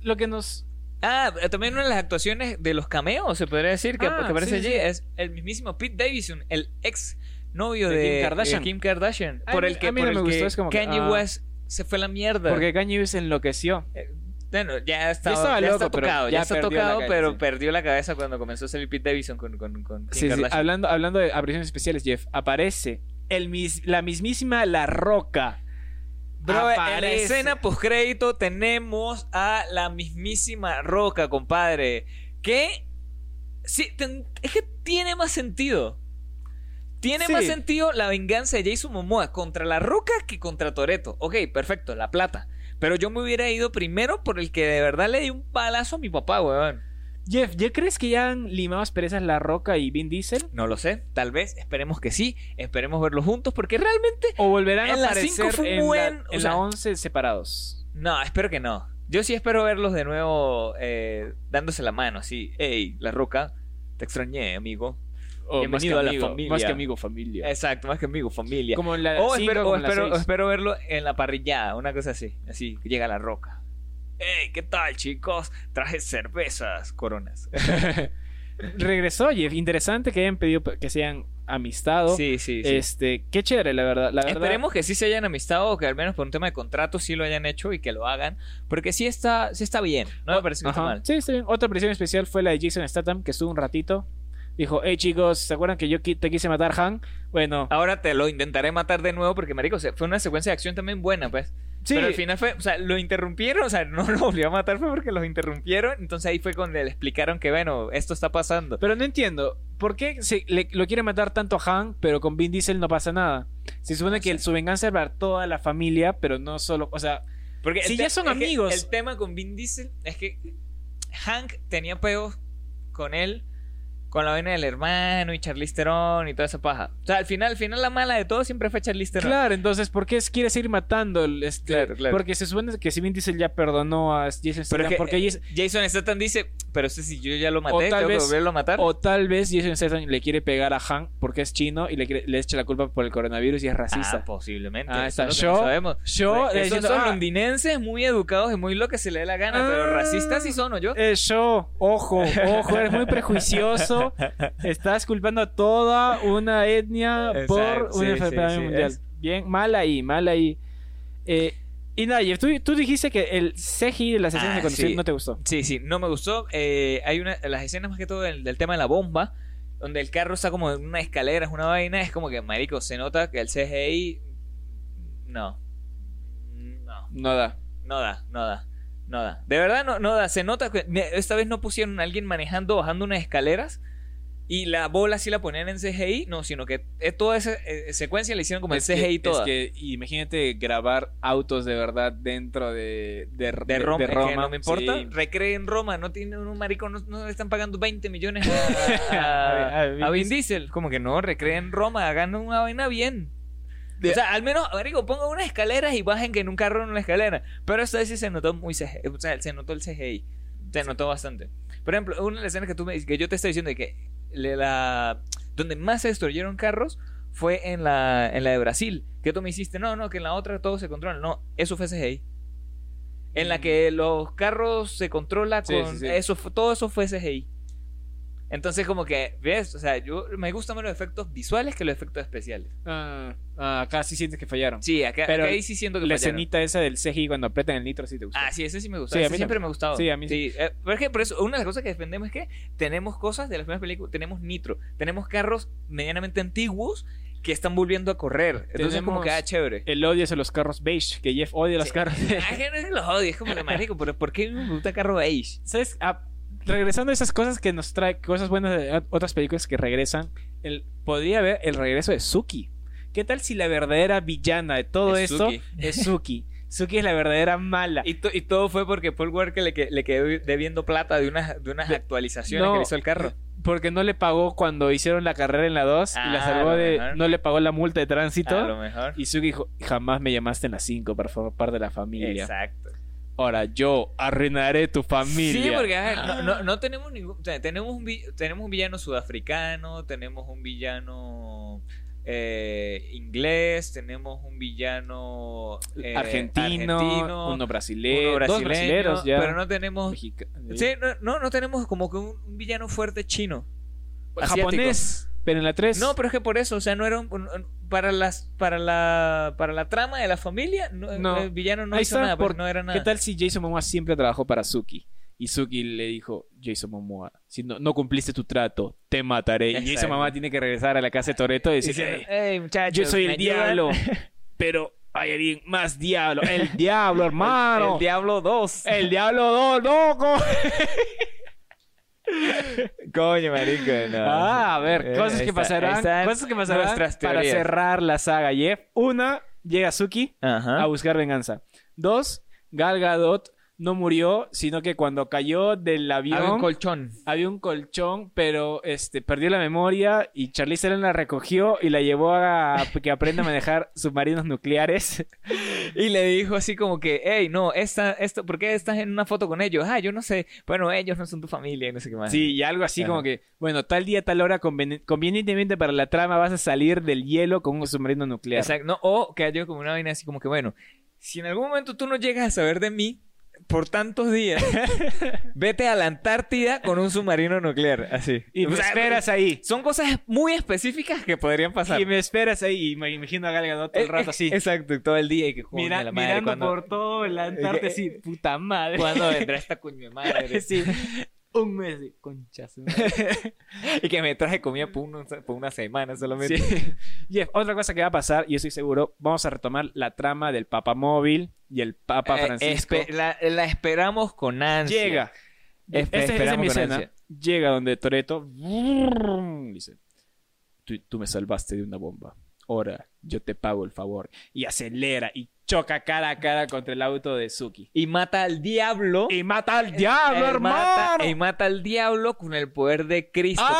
B: lo que nos
C: Ah, eh, también una de las actuaciones de los cameos, se podría decir, que,
B: Ah,
C: que aparece
B: sí,
C: allí,
B: sí, sí.
C: es el mismísimo Pete Davidson, el ex novio
B: De
C: de,
B: Kim Kardashian.
C: de Kim Kardashian,
B: Ay,
C: por el
B: a
C: que,
B: mí
C: por
B: no
C: el
B: me
C: que
B: gustó, es como que,
C: Kanye
B: ah.
C: West se fue a la mierda.
B: Porque Kanye West enloqueció.
C: Bueno, ya estaba,
B: estaba
C: ya está
B: loco, pero
C: tocado, ya,
B: ya
C: está
B: perdió la
C: tocado,
B: cabeza,
C: pero
B: sí.
C: perdió la cabeza cuando comenzó a salir Pete Davidson con, con, con Kim
B: Sí, sí,
C: Kardashian.
B: Hablando, hablando de apariciones especiales, Jeff, aparece el mis- la mismísima La Roca.
C: Bro, en la
B: Aparece.
C: escena postcrédito tenemos a la mismísima Roca, compadre. Que sí, ten- es que tiene más sentido. Tiene
B: Sí.
C: más sentido la venganza de Jason Momoa contra la Roca que contra Toreto. Ok, perfecto, la plata. Pero yo me hubiera ido primero por el que de verdad le di un palazo a mi papá, weón.
B: Jeff, ¿ya crees que ya han limado asperezas La Roca y Vin Diesel?
C: No lo sé, tal vez, esperemos que sí, esperemos verlos juntos, porque realmente
B: ¿O volverán
C: En
B: a
C: la
B: aparecer
C: cinco fue un
B: en,
C: buen-
B: la,
C: o
B: en
C: sea-
B: la 11 separados?
C: No, espero que no. Yo sí espero verlos de nuevo eh, dándose la mano, así. Ey, La Roca, te extrañé, amigo.
B: O más que
C: Bienvenido a la
B: amigo,
C: familia.
B: Más que amigo, familia.
C: Exacto, más que amigo, familia.
B: Como en la
C: O,
B: cinco,
C: espero, o
B: como en la
C: espero, o
B: seis.
C: espero verlo en la parrillada, una cosa así. Así, que llega La Roca. Ey, ¿qué tal, chicos? Traje cervezas, coronas.
B: Regresó Jeff, interesante que hayan pedido que sean amistado.
C: Sí, sí, sí.
B: Este, qué chévere, la verdad. La verdad
C: Esperemos que sí se hayan amistado o que al menos por un tema de contrato sí lo hayan hecho y que lo hagan. Porque sí está, sí está bien. No me parece que está
B: Ah, Ajá.
C: mal.
B: Sí, está bien. Otra aparición especial fue la de Jason Statham, que estuvo un ratito. Dijo, hey chicos, ¿se acuerdan que yo qui- te quise matar, Han? Bueno,
C: Ahora te lo intentaré matar de nuevo porque, marico, se- fue una secuencia de acción también buena, pues.
B: sí,
C: Pero al final fue, o sea, lo interrumpieron, o sea, no lo obligó a matar, fue porque los interrumpieron. Entonces ahí fue cuando le explicaron que, bueno, esto está pasando.
B: pero no entiendo. ¿Por qué se le- lo quiere matar tanto a Han, pero con Vin Diesel no pasa nada? Se supone que el- su venganza era para toda la familia, pero no solo... O sea,
C: Porque el
B: Si
C: te-
B: ya son
C: es que
B: amigos.
C: El tema con Vin Diesel es que Hank tenía peos con él, con la vaina del hermano y Charlize Theron y toda esa paja. O sea, al final, al final la mala de todo siempre fue Charlize Theron.
B: claro, entonces, ¿por qué quiere seguir matando? el- Este,
C: Claro, claro.
B: Porque se supone que si Vin Diesel ya perdonó a Jason
C: Pero
B: Statham,
C: es que
B: ¿por qué
C: eh,
B: Jason-
C: Jason Statham dice, pero este si yo ya lo maté,
B: O tal
C: tengo que
B: vez-
C: volverlo a matar.
B: O tal vez Jason Statham le quiere pegar a Han porque es chino y le, quiere- le echa la culpa por el coronavirus y es racista.
C: ah, posiblemente.
B: Ah,
C: eso
B: está.
C: es lo que
B: Yo-
C: no sabemos.
B: Yo,
C: Esos
B: le diciendo,
C: son
B: "Ah,
C: londinenses muy educados y muy lo que se le dé la gana,
B: Ah.
C: pero racistas sí son, ¿o yo?
B: eh, yo, ojo, ojo, eres muy prejuicioso. Estás culpando a toda una etnia
C: Exacto,
B: por una
C: sí,
B: enfermedad
C: sí, sí,
B: mundial.
C: es-
B: Bien, mal ahí, mal ahí. Eh, y nada, Jeff, tú, tú dijiste que el CGI de las escenas
C: Ah,
B: de conducir
C: sí.
B: no te gustó.
C: Sí, sí, no me gustó. Eh, hay una, las escenas más que todo del, del tema de la bomba, donde el carro está como en una escalera, es una vaina, es como que, marico, se nota que el CGI... No. No.
B: No da.
C: No da, no da, no da. De verdad no, no da. Se nota que ne- esta vez no pusieron a alguien manejando, bajando unas escaleras y la bola sí la ponían en CGI, no, sino que eh, toda esa eh, secuencia la hicieron como en CGI toda.
B: que imagínate grabar autos de verdad dentro de,
C: de Roma, que no me importa. Recreen Roma, no tiene un marico, no, no le están pagando 20 millones a, Ah, a-
B: A Vin
C: a Vin Diesel. Como que no, recreen Roma, hagan una vaina bien. O sea, al menos, marico, pongan unas escaleras y bajen que en un carro en una escalera. Pero esta vez sí se notó muy CGI, o sea, se notó el CGI. Se notó bastante. Por ejemplo, una de las escenas que, tú me, que yo te estoy diciendo de que le- la, donde más se destruyeron carros fue en la, en la de Brasil. Que tú me hiciste, no, no, que en la otra todo se controla. No, eso fue CGI. En
B: Mm.
C: la que los carros se controla
B: Sí,
C: con.
B: sí, sí.
C: Eso, fu- todo eso fue CGI. Entonces, como que, ¿ves? O sea, yo me gustan más los efectos visuales que los efectos especiales.
B: Ah, ah, acá sí sientes que fallaron.
C: Sí, acá,
B: Pero
C: acá ahí sí siento que
B: La
C: fallaron.
B: escenita esa del CGI cuando apretan el nitro sí te gustó.
C: Ah, sí, ese sí me gusta.
B: Sí, a
C: ese
B: mí
C: siempre me ha gustado.
B: Sí, a mí sí.
C: eh, pero es que por eso, una de las cosas que defendemos es que tenemos cosas de las primeras películas. Tenemos nitro, tenemos carros medianamente antiguos que están volviendo a correr. Entonces, como
B: Tenemos-
C: que, ah, chévere.
B: El odio hacia los carros beige, que Jeff odia los
C: Sí.
B: carros.
C: Ah, que no es que los odio, es como la marico, pero ¿por qué me gusta carro beige?
B: ¿Sabes? Ah, regresando a esas cosas que nos trae, cosas buenas de a- otras películas que regresan, el, podría haber el regreso de Suki. ¿Qué tal si la verdadera villana de todo
C: Es
B: esto
C: Suki.
B: es Suki? Suki es la verdadera mala.
C: Y, to- y todo fue porque Paul Walker le, que- le quedó debiendo plata de unas, de unas actualizaciones
B: No.
C: que le hizo el carro.
B: Porque no le pagó cuando hicieron la carrera en la 2 y la
C: Ah,
B: salvó
C: a lo
B: de.
C: mejor.
B: No le pagó la multa de
C: A
B: tránsito.
C: lo mejor.
B: Y Suki dijo: Jamás me llamaste en la 5 para formar parte de la familia.
C: Exacto.
B: Ahora yo arruinaré tu familia. Ah.
C: Sí, porque a ver, no, no- no tenemos ningún. o sea, tenemos, un vi- tenemos un villano sudafricano, tenemos un villano eh, inglés, tenemos un villano eh,
B: argentino,
C: argentino,
B: uno brasileño,
C: uno
B: dos brasileros ya.
C: pero no tenemos
B: Mexica- eh,
C: Sí, no, no, no tenemos como que un, un villano fuerte chino. asiático.
B: japonés, pero en la 3.
C: No, pero es que por eso, o sea, no era un- un- un- para las para la para la trama de la familia, no,
B: No.
C: el villano no
B: Ahí
C: hizo
B: está,
C: nada, porque
B: por-
C: no era nada.
B: ¿Qué tal si Jason Momoa siempre trabajó para Suki? Y Suki le dijo, Jason Momoa, si no, no cumpliste tu trato, te mataré. Y
C: Exacto.
B: Jason Momoa tiene que regresar a la casa de Toreto y
C: Y
B: decir,
C: diciendo,
B: "Ey,
C: "Ey, muchachos,
B: yo soy
C: ¿me
B: el
C: ayudan?"
B: diablo, pero hay alguien más diablo. El diablo, hermano.
C: El Diablo 2.
B: El diablo no, loco.
C: Coño, marico. no.
B: Ah, a ver,
C: Eh,
B: cosas
C: ahí
B: que
C: está- ahí
B: pasarán.
C: están
B: Cosas que pasarán
C: nuestras
B: para
C: teorías.
B: cerrar la saga, Jeff. Una, llega Suki
C: Ajá.
B: a buscar venganza. Dos, Gal Gadot no murió, sino que cuando cayó del avión
C: Había un colchón.
B: había un colchón, pero este perdió la memoria y Charlize Theron la recogió y la llevó a que aprenda a manejar submarinos nucleares.
C: Y le dijo así como que, hey, no, esta, esto, ¿por qué estás en una foto con ellos? Ah, yo no sé. Bueno, ellos no son tu familia y no sé qué más.
B: Sí, y algo así
C: Ajá.
B: como que, bueno, tal día, tal hora, conveni- convenientemente para la trama vas a salir del hielo con un submarino nuclear.
C: Exacto. No, o que haya como una vaina así como que, bueno, si en algún momento tú no llegas a saber de mí por tantos días, vete a la Antártida con un submarino nuclear. Así.
B: Y me
C: O sea,
B: esperas ahí.
C: Son cosas muy específicas que podrían pasar.
B: Y me esperas ahí y me imagino a Gal Gadot todo
C: Eh,
B: el rato así.
C: eh, Exacto, todo el día y que coño,
B: mira-
C: la madre,
B: mirando
C: ¿cuándo-
B: por todo el Antártida así, puta madre.
C: ¿Cuándo vendrá esta coño de madre?
B: Sí. Un mes de conchas.
C: y que me traje comida por, unos- por una semana solamente.
B: Sí. Jeff, otra cosa que va a pasar, y yo estoy seguro, vamos a retomar la trama del Papa Móvil y el Papa
C: Eh,
B: Francisco.
C: espe- la, la esperamos con ansia.
B: Llega.
C: Espe-
B: Esta- esta es
C: esperamos
B: mi
C: con
B: escena.
C: ansia.
B: Llega donde Toreto dice: tú, tú me salvaste de una bomba. Ahora yo te pago el favor. Y acelera y choca cara a cara contra el auto de Suki.
C: Y mata al diablo.
B: Y mata al diablo,
C: Eh, mata-
B: hermano.
C: y mata al diablo con el poder de Cristo,
B: ¡Ay,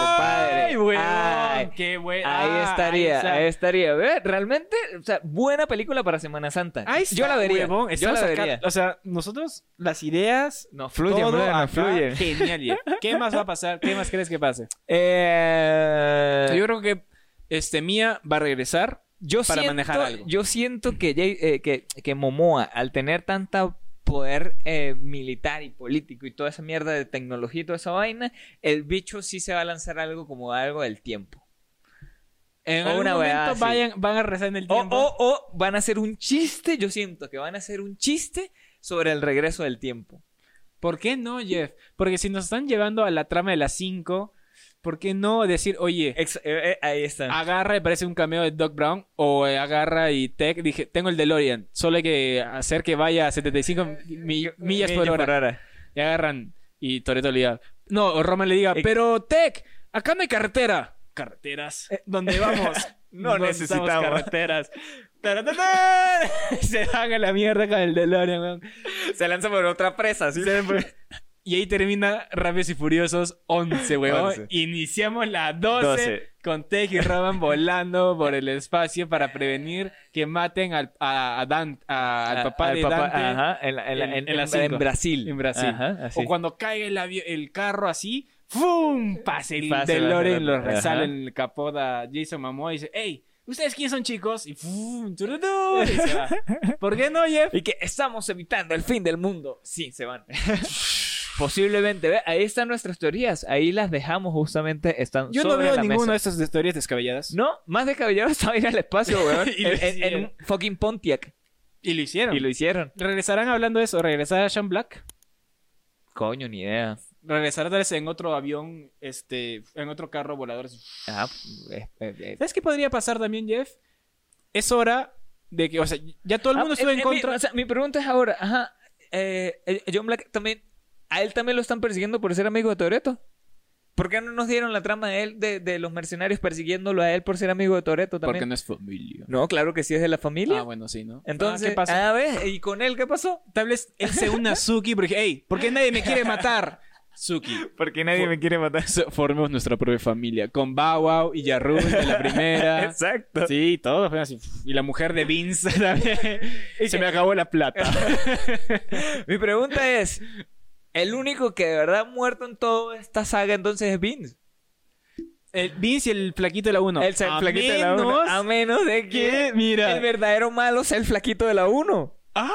C: compadre.
B: weón! Ah,
C: Ay,
B: ¡Qué bueno!
C: ahí estaría, ahí, estaría. Ve, Realmente, o sea, buena película para Semana Santa. yo la vería. yo la vería.
B: o sea, nosotros las ideas
C: No fluye,
B: todo
C: brother, no
B: acá,
C: fluye.
B: Genial, Jeff. ¿Qué más va a pasar? ¿Qué más crees que pase?
C: Eh,
B: Yo creo que este Mía va a regresar.
C: Yo
B: para
C: siento,
B: manejar algo.
C: Yo siento que, Jay- eh, que, que Momoa, al tener tanta poder eh, militar y político y toda esa mierda de tecnología y toda esa vaina, el bicho sí se va a lanzar algo como algo del tiempo. En
B: O
C: una
B: un
C: weá
B: momento
C: así.
B: vayan, van a rezar en el
C: o,
B: tiempo.
C: o- o van a hacer un chiste, yo siento que van a hacer un chiste sobre el regreso del tiempo.
B: ¿Por qué no, Jeff? Porque si nos están llevando a la trama de las 5, ¿por qué no decir, oye,
C: Ex- eh, eh, ahí está.
B: agarra y parece un cameo de Doc Brown o eh, agarra y Tech, dije, tengo el DeLorean, solo hay que hacer que vaya a 75 mi- millas por hora. Y agarran y Toreto le diga, no, o Roman le diga,
C: Eh,
B: pero Tech, acá no hay carretera. Carreteras. ¿Dónde vamos?
C: Eh, no necesitamos.
B: carreteras. Taratatán. Se van a la mierda con el DeLorean, weón.
C: Se lanza por otra presa. ¿sí?
B: Y ahí termina Rápidos y Furiosos 11, weón.
C: 11.
B: Iniciamos la 12,
C: 12.
B: con Tech y Roman volando por el espacio para prevenir que maten al, a, a Dan- a- al
C: A-
B: papá
C: al
B: de Dante
C: Ajá, en, la- en la-
B: en-
C: en-
B: en la
C: en-
B: cinco.
C: en Brasil.
B: en Brasil.
C: Ajá, así.
B: O cuando cae el, avi- el carro así, ¡fum! Pase el
C: Pasa,
B: DeLorean,
C: pasa,
B: lo
C: pasa.
B: resale
C: Ajá.
B: en el capó a Jason Momoa y dice, ¡Ey! ¿Ustedes quiénes son chicos? Y ¡fum! tururú, y se va. ¿Por qué no, Jeff?
C: Y que estamos evitando el fin del mundo. Sí, se van. Posiblemente, ve, ahí están nuestras teorías. Ahí las dejamos justamente. Están
B: Yo no
C: sobre
B: veo
C: la
B: ninguna de
C: mesa.
B: estas historias descabelladas.
C: No, más descabellado estaba ir al espacio, weón.
B: Y lo
C: en, en- en un fucking Pontiac.
B: Y lo hicieron.
C: Y lo hicieron.
B: ¿Regresarán hablando de eso? ¿Regresará Sean Black?
C: Coño, ni idea.
B: ¿Regresará tal vez en otro avión, este, en otro carro volador? así?
C: Ah, eh, eh, eh.
B: ¿Sabes qué podría pasar también, Jeff? Es hora de que, o sea, ya todo el mundo
C: Ah,
B: estuvo
C: eh,
B: en
C: eh,
B: contra.
C: Mi, o sea, mi pregunta es ahora, ajá. eh, eh, John Black también. A él también lo están persiguiendo por ser amigo de Toreto. ¿Por qué no nos dieron la trama de él, de, de los mercenarios persiguiéndolo a él por ser amigo de Toreto
B: Porque
C: también?
B: no es familia.
C: no? claro que sí es de la familia.
B: Ah, bueno, sí, ¿no?
C: Entonces,
B: Ah, ¿qué pasa?
C: a ver, ¿y con él qué pasó?
B: Tal vez él se una a Suki porque, hey, ¿por qué nadie me quiere matar? Suki.
C: Porque
B: nadie me
C: quiere matar.
B: So- Formemos nuestra propia familia con Bow Wow y Yarru de la primera.
C: Exacto.
B: Sí, todos fueron así. Y la mujer de Vince también. Se me acabó la plata.
C: Mi pregunta es, ¿el único que de verdad ha muerto en toda esta saga entonces es Vince?
B: El Vince y el flaquito de la 1.
C: El ser flaquito de la 1. A menos de que
B: que, mira.
C: el verdadero malo sea el flaquito de la 1.
B: ¡Ah!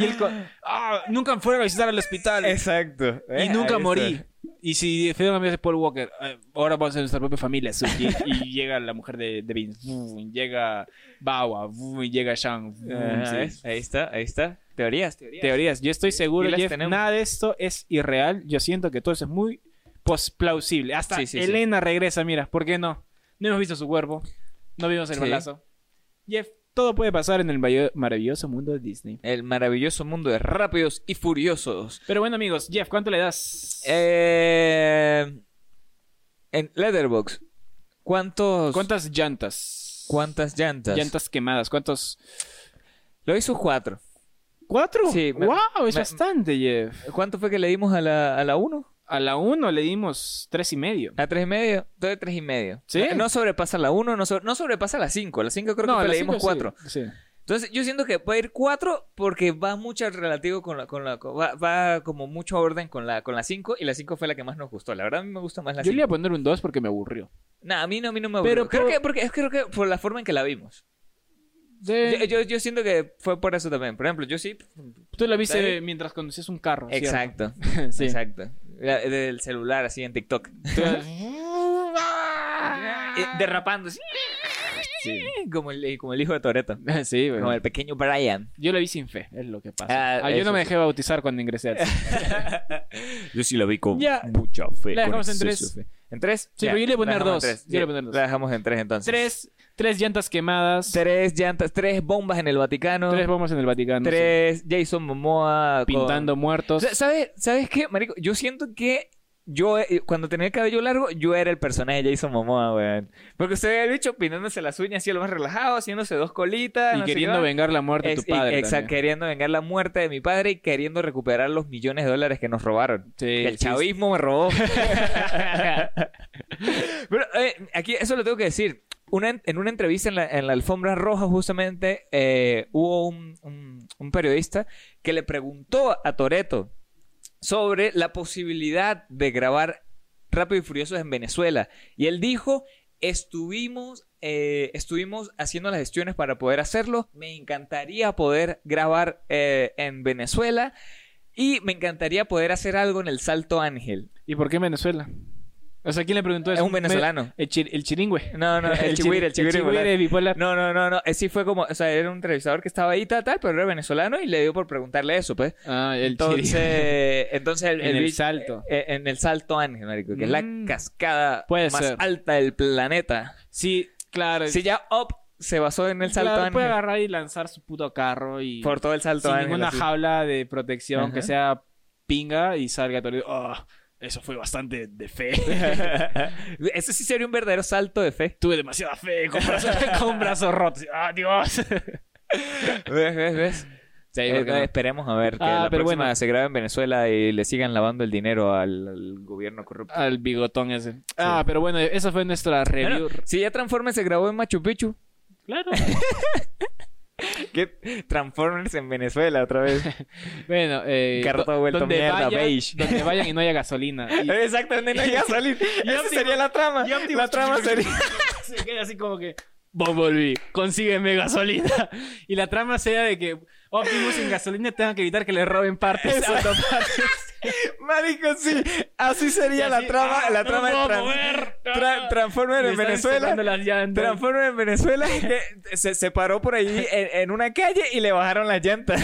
B: Y el co- ¡Ah! Nunca fueron a visitar al hospital.
C: Exacto. Eh,
B: y nunca morí. Y si Fedor cambió de Paul Walker, eh, ahora vamos a nuestra propia familia, Suki. y llega la mujer de, de Vince. Vum, Llega Bawa. Vum, y Llega Shang. Vum, Mm, sí.
C: Ahí está, ahí está. Teorías, teorías.
B: Teorías. Yo estoy seguro,
C: Y las
B: Jeff,
C: tenemos.
B: nada de esto es irreal. Yo siento que todo eso es muy pos- plausible. Hasta
C: Sí, sí, sí.
B: Elena regresa, mira. ¿Por qué no? No hemos visto su cuerpo. No vimos el
C: Sí.
B: balazo. Jeff, todo puede pasar en el mayo- maravilloso mundo de Disney.
C: El maravilloso mundo de rápidos y furiosos.
B: Pero bueno, amigos, Jeff, ¿cuánto le das?
C: Eh, en Letterbox, ¿cuántos,
B: ¿Cuántas llantas?
C: ¿cuántas llantas?
B: Llantas quemadas. ¿Cuántos?
C: Lo hizo cuatro.
B: ¿Cuatro?
C: Sí, me-
B: ¡Wow! Es
C: me-
B: bastante, Jeff.
C: ¿Cuánto fue que le dimos a la, a la uno?
B: A la uno le dimos tres y medio.
C: ¿A tres y medio? Entonces tres y medio.
B: Sí.
C: No, no sobrepasa la uno, no, sobre- no sobrepasa la cinco. A la cinco creo que
B: a
C: fue,
B: la
C: le dimos
B: cinco sí,
C: cuatro.
B: Sí.
C: Entonces yo siento que puede ir cuatro porque va mucho al relativo con la... Con la con- va, va como mucho orden con la, con la cinco y la cinco fue la que más nos gustó. La verdad a mí me gusta más la
B: Yo le
C: cinco.
B: iba a poner un dos porque me aburrió.
C: Nah, a mí no, a mí no me
B: Pero
C: aburrió. Creo
B: por-
C: que, porque, es que creo que por la forma en que la vimos.
B: De-
C: Yo,
B: Eh.
C: yo, yo siento que fue por eso también. Por ejemplo, yo sí.
B: Tú la viste
C: Dale.
B: mientras conducías un carro. ¿cierto?
C: Exacto.
B: Sí.
C: Exacto. La- Del celular, así en TikTok. Eh, Derrapando, así,
B: Sí.
C: como el, eh, como el hijo de Toreto.
B: Sí, güey.
C: Como el pequeño Brian.
B: Yo la vi sin fe, es lo que
C: Ah,
B: pasa. Ah, yo
C: eso
B: no me
C: sí.
B: dejé bautizar cuando ingresé. al cine.
C: Yo sí lo vi con
B: Ya.
C: mucha fe.
B: La
C: con
B: dejamos en
C: exceso de fe. ¿En tres?
B: Sí,
C: Ya,
B: pero yo le voy a
C: la
B: poner
C: dejamos en
B: dos.
C: tres.
B: Yo le voy a poner dos.
C: La dejamos en tres entonces.
B: tres, tres llantas quemadas, tres,
C: Tres llantas, tres bombas en el Vaticano. Tres,
B: bombas en el Vaticano,
C: Jason Momoa.
B: sí. pintando muertos.
C: Sa- ¿Sabes, ¿Sabes qué, marico? Yo siento que yo, eh, cuando tenía el cabello largo, yo era el personaje de Jason Momoa, weón. Porque usted ve el bicho pinándose las uñas así, lo más relajado, haciéndose dos colitas.
B: Y
C: no sé
B: queriendo
C: qué más.
B: vengar la muerte de tu
C: Ex- y-
B: padre.
C: exa-
B: también.
C: queriendo vengar la muerte de mi padre y queriendo recuperar los millones de dólares que nos robaron.
B: Sí,
C: Que el
B: sí,
C: chavismo me robó. Pero eh, aquí eso lo tengo que decir. Una, en- en una entrevista en la, en la alfombra roja, justamente, eh, hubo un, un- un periodista que le preguntó a Toreto sobre la posibilidad de grabar Rápido y Furiosos en Venezuela. Y él dijo, estuvimos, eh, estuvimos haciendo las gestiones para poder hacerlo. Me encantaría poder grabar eh, en Venezuela y me encantaría poder hacer algo en el Salto Ángel.
B: ¿Y por qué en Venezuela? O sea, ¿quién le preguntó
C: Es
B: eso?
C: un venezolano.
B: Pues Me- El, chi- el chiringüe.
C: No, no, el chihuire, el
B: chi-
C: chihuire. volar.
B: bipolar.
C: No, no, no, no. eh, Sí fue como, o sea, era un entrevistador que estaba ahí, tal, tal, pero era venezolano y le dio por preguntarle eso, pues.
B: Ah, el chiringüe.
C: Entonces, entonces el,
B: En el
C: bicho-
B: Salto.
C: eh, en el Salto Ángel, marico, que es la
B: Mm.
C: cascada
B: Puede
C: más
B: ser.
C: alta del planeta.
B: Sí, claro.
C: Si ya Up se basó en el Salto
B: Claro,
C: Ángel,
B: puede agarrar y lanzar su puto carro y...
C: por todo el Salto
B: sin
C: Ángel,
B: ninguna
C: así.
B: jaula de protección
C: Ajá.
B: que sea pinga y salga todo. el- "Ah, eso fue bastante de fe.
C: Ese sí sería un verdadero salto de fe.
B: Tuve demasiada fe con brazos, con brazos rotos. ¡Ah, Dios!
C: ¿Ves, ves, ves? Eh,
B: ¿por qué no?
C: esperemos a ver que
B: Ah,
C: la
B: pero
C: próxima
B: bueno.
C: se grabe en Venezuela y le sigan lavando el dinero al, al gobierno corrupto.
B: Al bigotón ese. Ah, pero bueno, esa fue nuestra review.
C: Bueno, si ya Transformers se grabó en Machu Picchu,
B: Claro.
C: que Transformers en Venezuela otra vez.
B: Bueno, eh,
C: Carrota
B: do-
C: vuelto mierda,
B: vayan,
C: beige.
B: Donde vayan y no haya gasolina. Y-
C: Exactamente, no hay gasolina. Esa sería la trama. La trama sería...
B: se queda así como que Bumblebee, consígueme gasolina. Y la trama sea de que Optimus sin gasolina tenga que evitar que le roben partes, autopartes.
C: Marico, sí. Así sería
B: Y
C: la
B: así,
C: trama,
B: "Ah,
C: la
B: no
C: trama de
B: puedo
C: Tran-
B: mover, Ah. no".
C: Tra- Transformers
B: Me
C: en
B: están
C: Venezuela.
B: soplando las llantas.
C: Transformer en Venezuela que se, se paró por ahí en, en una calle y le bajaron las llantas.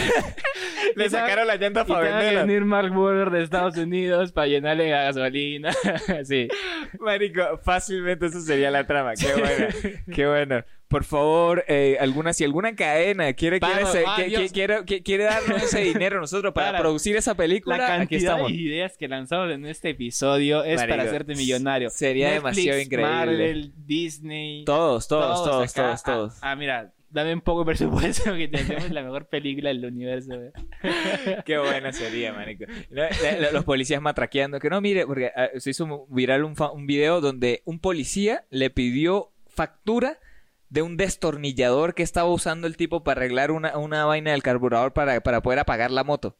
C: le
B: Y ta-
C: sacaron las llantas
B: Y
C: para
B: tenga que
C: venderlas.
B: venir Mark Wahlberg de Estados Unidos para llenarle la gasolina. sí.
C: Marico, fácilmente eso sería la trama. Qué bueno. Qué bueno. Por favor, eh, alguna, si alguna cadena quiere, quiere,
B: Vamos,
C: se-
B: ah,
C: que- que-
B: Dios.
C: quiere- que- quiere darnos ese dinero a nosotros para,
B: Para.
C: producir esa película,
B: La
C: aquí
B: cantidad
C: estamos.
B: de ideas que lanzamos en este episodio es para
C: Marico,
B: hacerte millonario.
C: sería demasiado increíble.
B: Marvel, Disney.
C: Todos, todos, todos,
B: acá.
C: todos, todos.
B: Ah, ah, mira, dame un poco de presupuesto que te hacemos la mejor película del universo. eh. güey.
C: Qué buena sería, manico. No, la- la- Los policías matraqueando. Que no, mire, porque ah, se hizo mu- viral un, fa- un video donde un policía le pidió factura de un destornillador que estaba usando el tipo para arreglar una, una vaina del carburador para, para poder apagar la moto.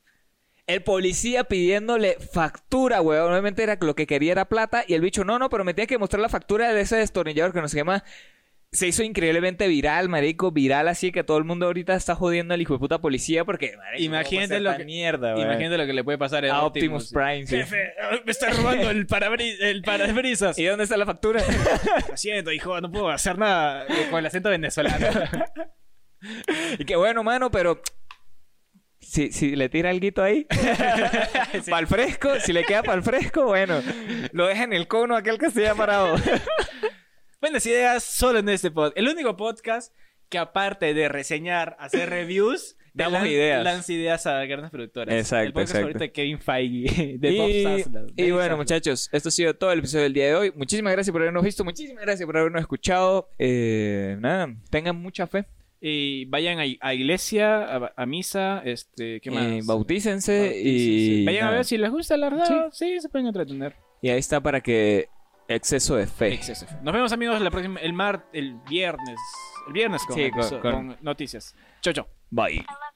C: El policía pidiéndole factura, weón. Obviamente era lo que quería era plata. Y el bicho, no, no, pero me tienes que mostrar la factura de ese destornillador que no sé qué más. Se hizo increíblemente viral, marico. Viral así que todo el mundo ahorita está jodiendo al hijo de puta policía porque, marico,
B: Imagínate
C: ¿cómo hacer
B: lo
C: tan
B: que-
C: mierda, weón?
B: Imagínate lo que le puede pasar
C: A Optimus
B: sí.
C: Prime, sí.
B: Jefe, me está robando el, parabri- el parabrisas.
C: ¿Y dónde está la factura?
B: Lo siento, hijo, no puedo hacer nada eh, con el acento venezolano.
C: y que bueno, mano, pero. Si, si le tira algo ahí, para el fresco, si le queda para el fresco, bueno, lo deja en el cono aquel que se ha parado.
B: Buenas ideas solo en este podcast. El único podcast que aparte de reseñar, hacer reviews, te
C: Damos
B: lan-
C: ideas.
B: Lanza ideas a grandes productoras.
C: Exacto,
B: El podcast
C: exacto.
B: ahorita de Kevin Feige, de Bob
C: y,
B: Sassler,
C: y
B: de
C: bueno,
B: Sassler.
C: muchachos, esto ha sido todo el episodio del día de hoy. Muchísimas gracias por habernos visto, muchísimas gracias por habernos escuchado. Eh, nada, tengan mucha fe,
B: Y vayan a, a iglesia, a, a misa, este, ¿qué más? Ah,
C: Eh, bautícense,
B: Sí.
C: y,
B: Vayan a
C: nada.
B: ver si les gusta la verdad. Sí, se pueden entretener.
C: y ahí está para que exceso de fe.
B: Exceso. Nos vemos amigos la próxima, el mar, el viernes. El viernes con,
C: Sí, con-
B: episodio-
C: con-
B: con noticias. Chau, chau.
C: Bye.
G: I love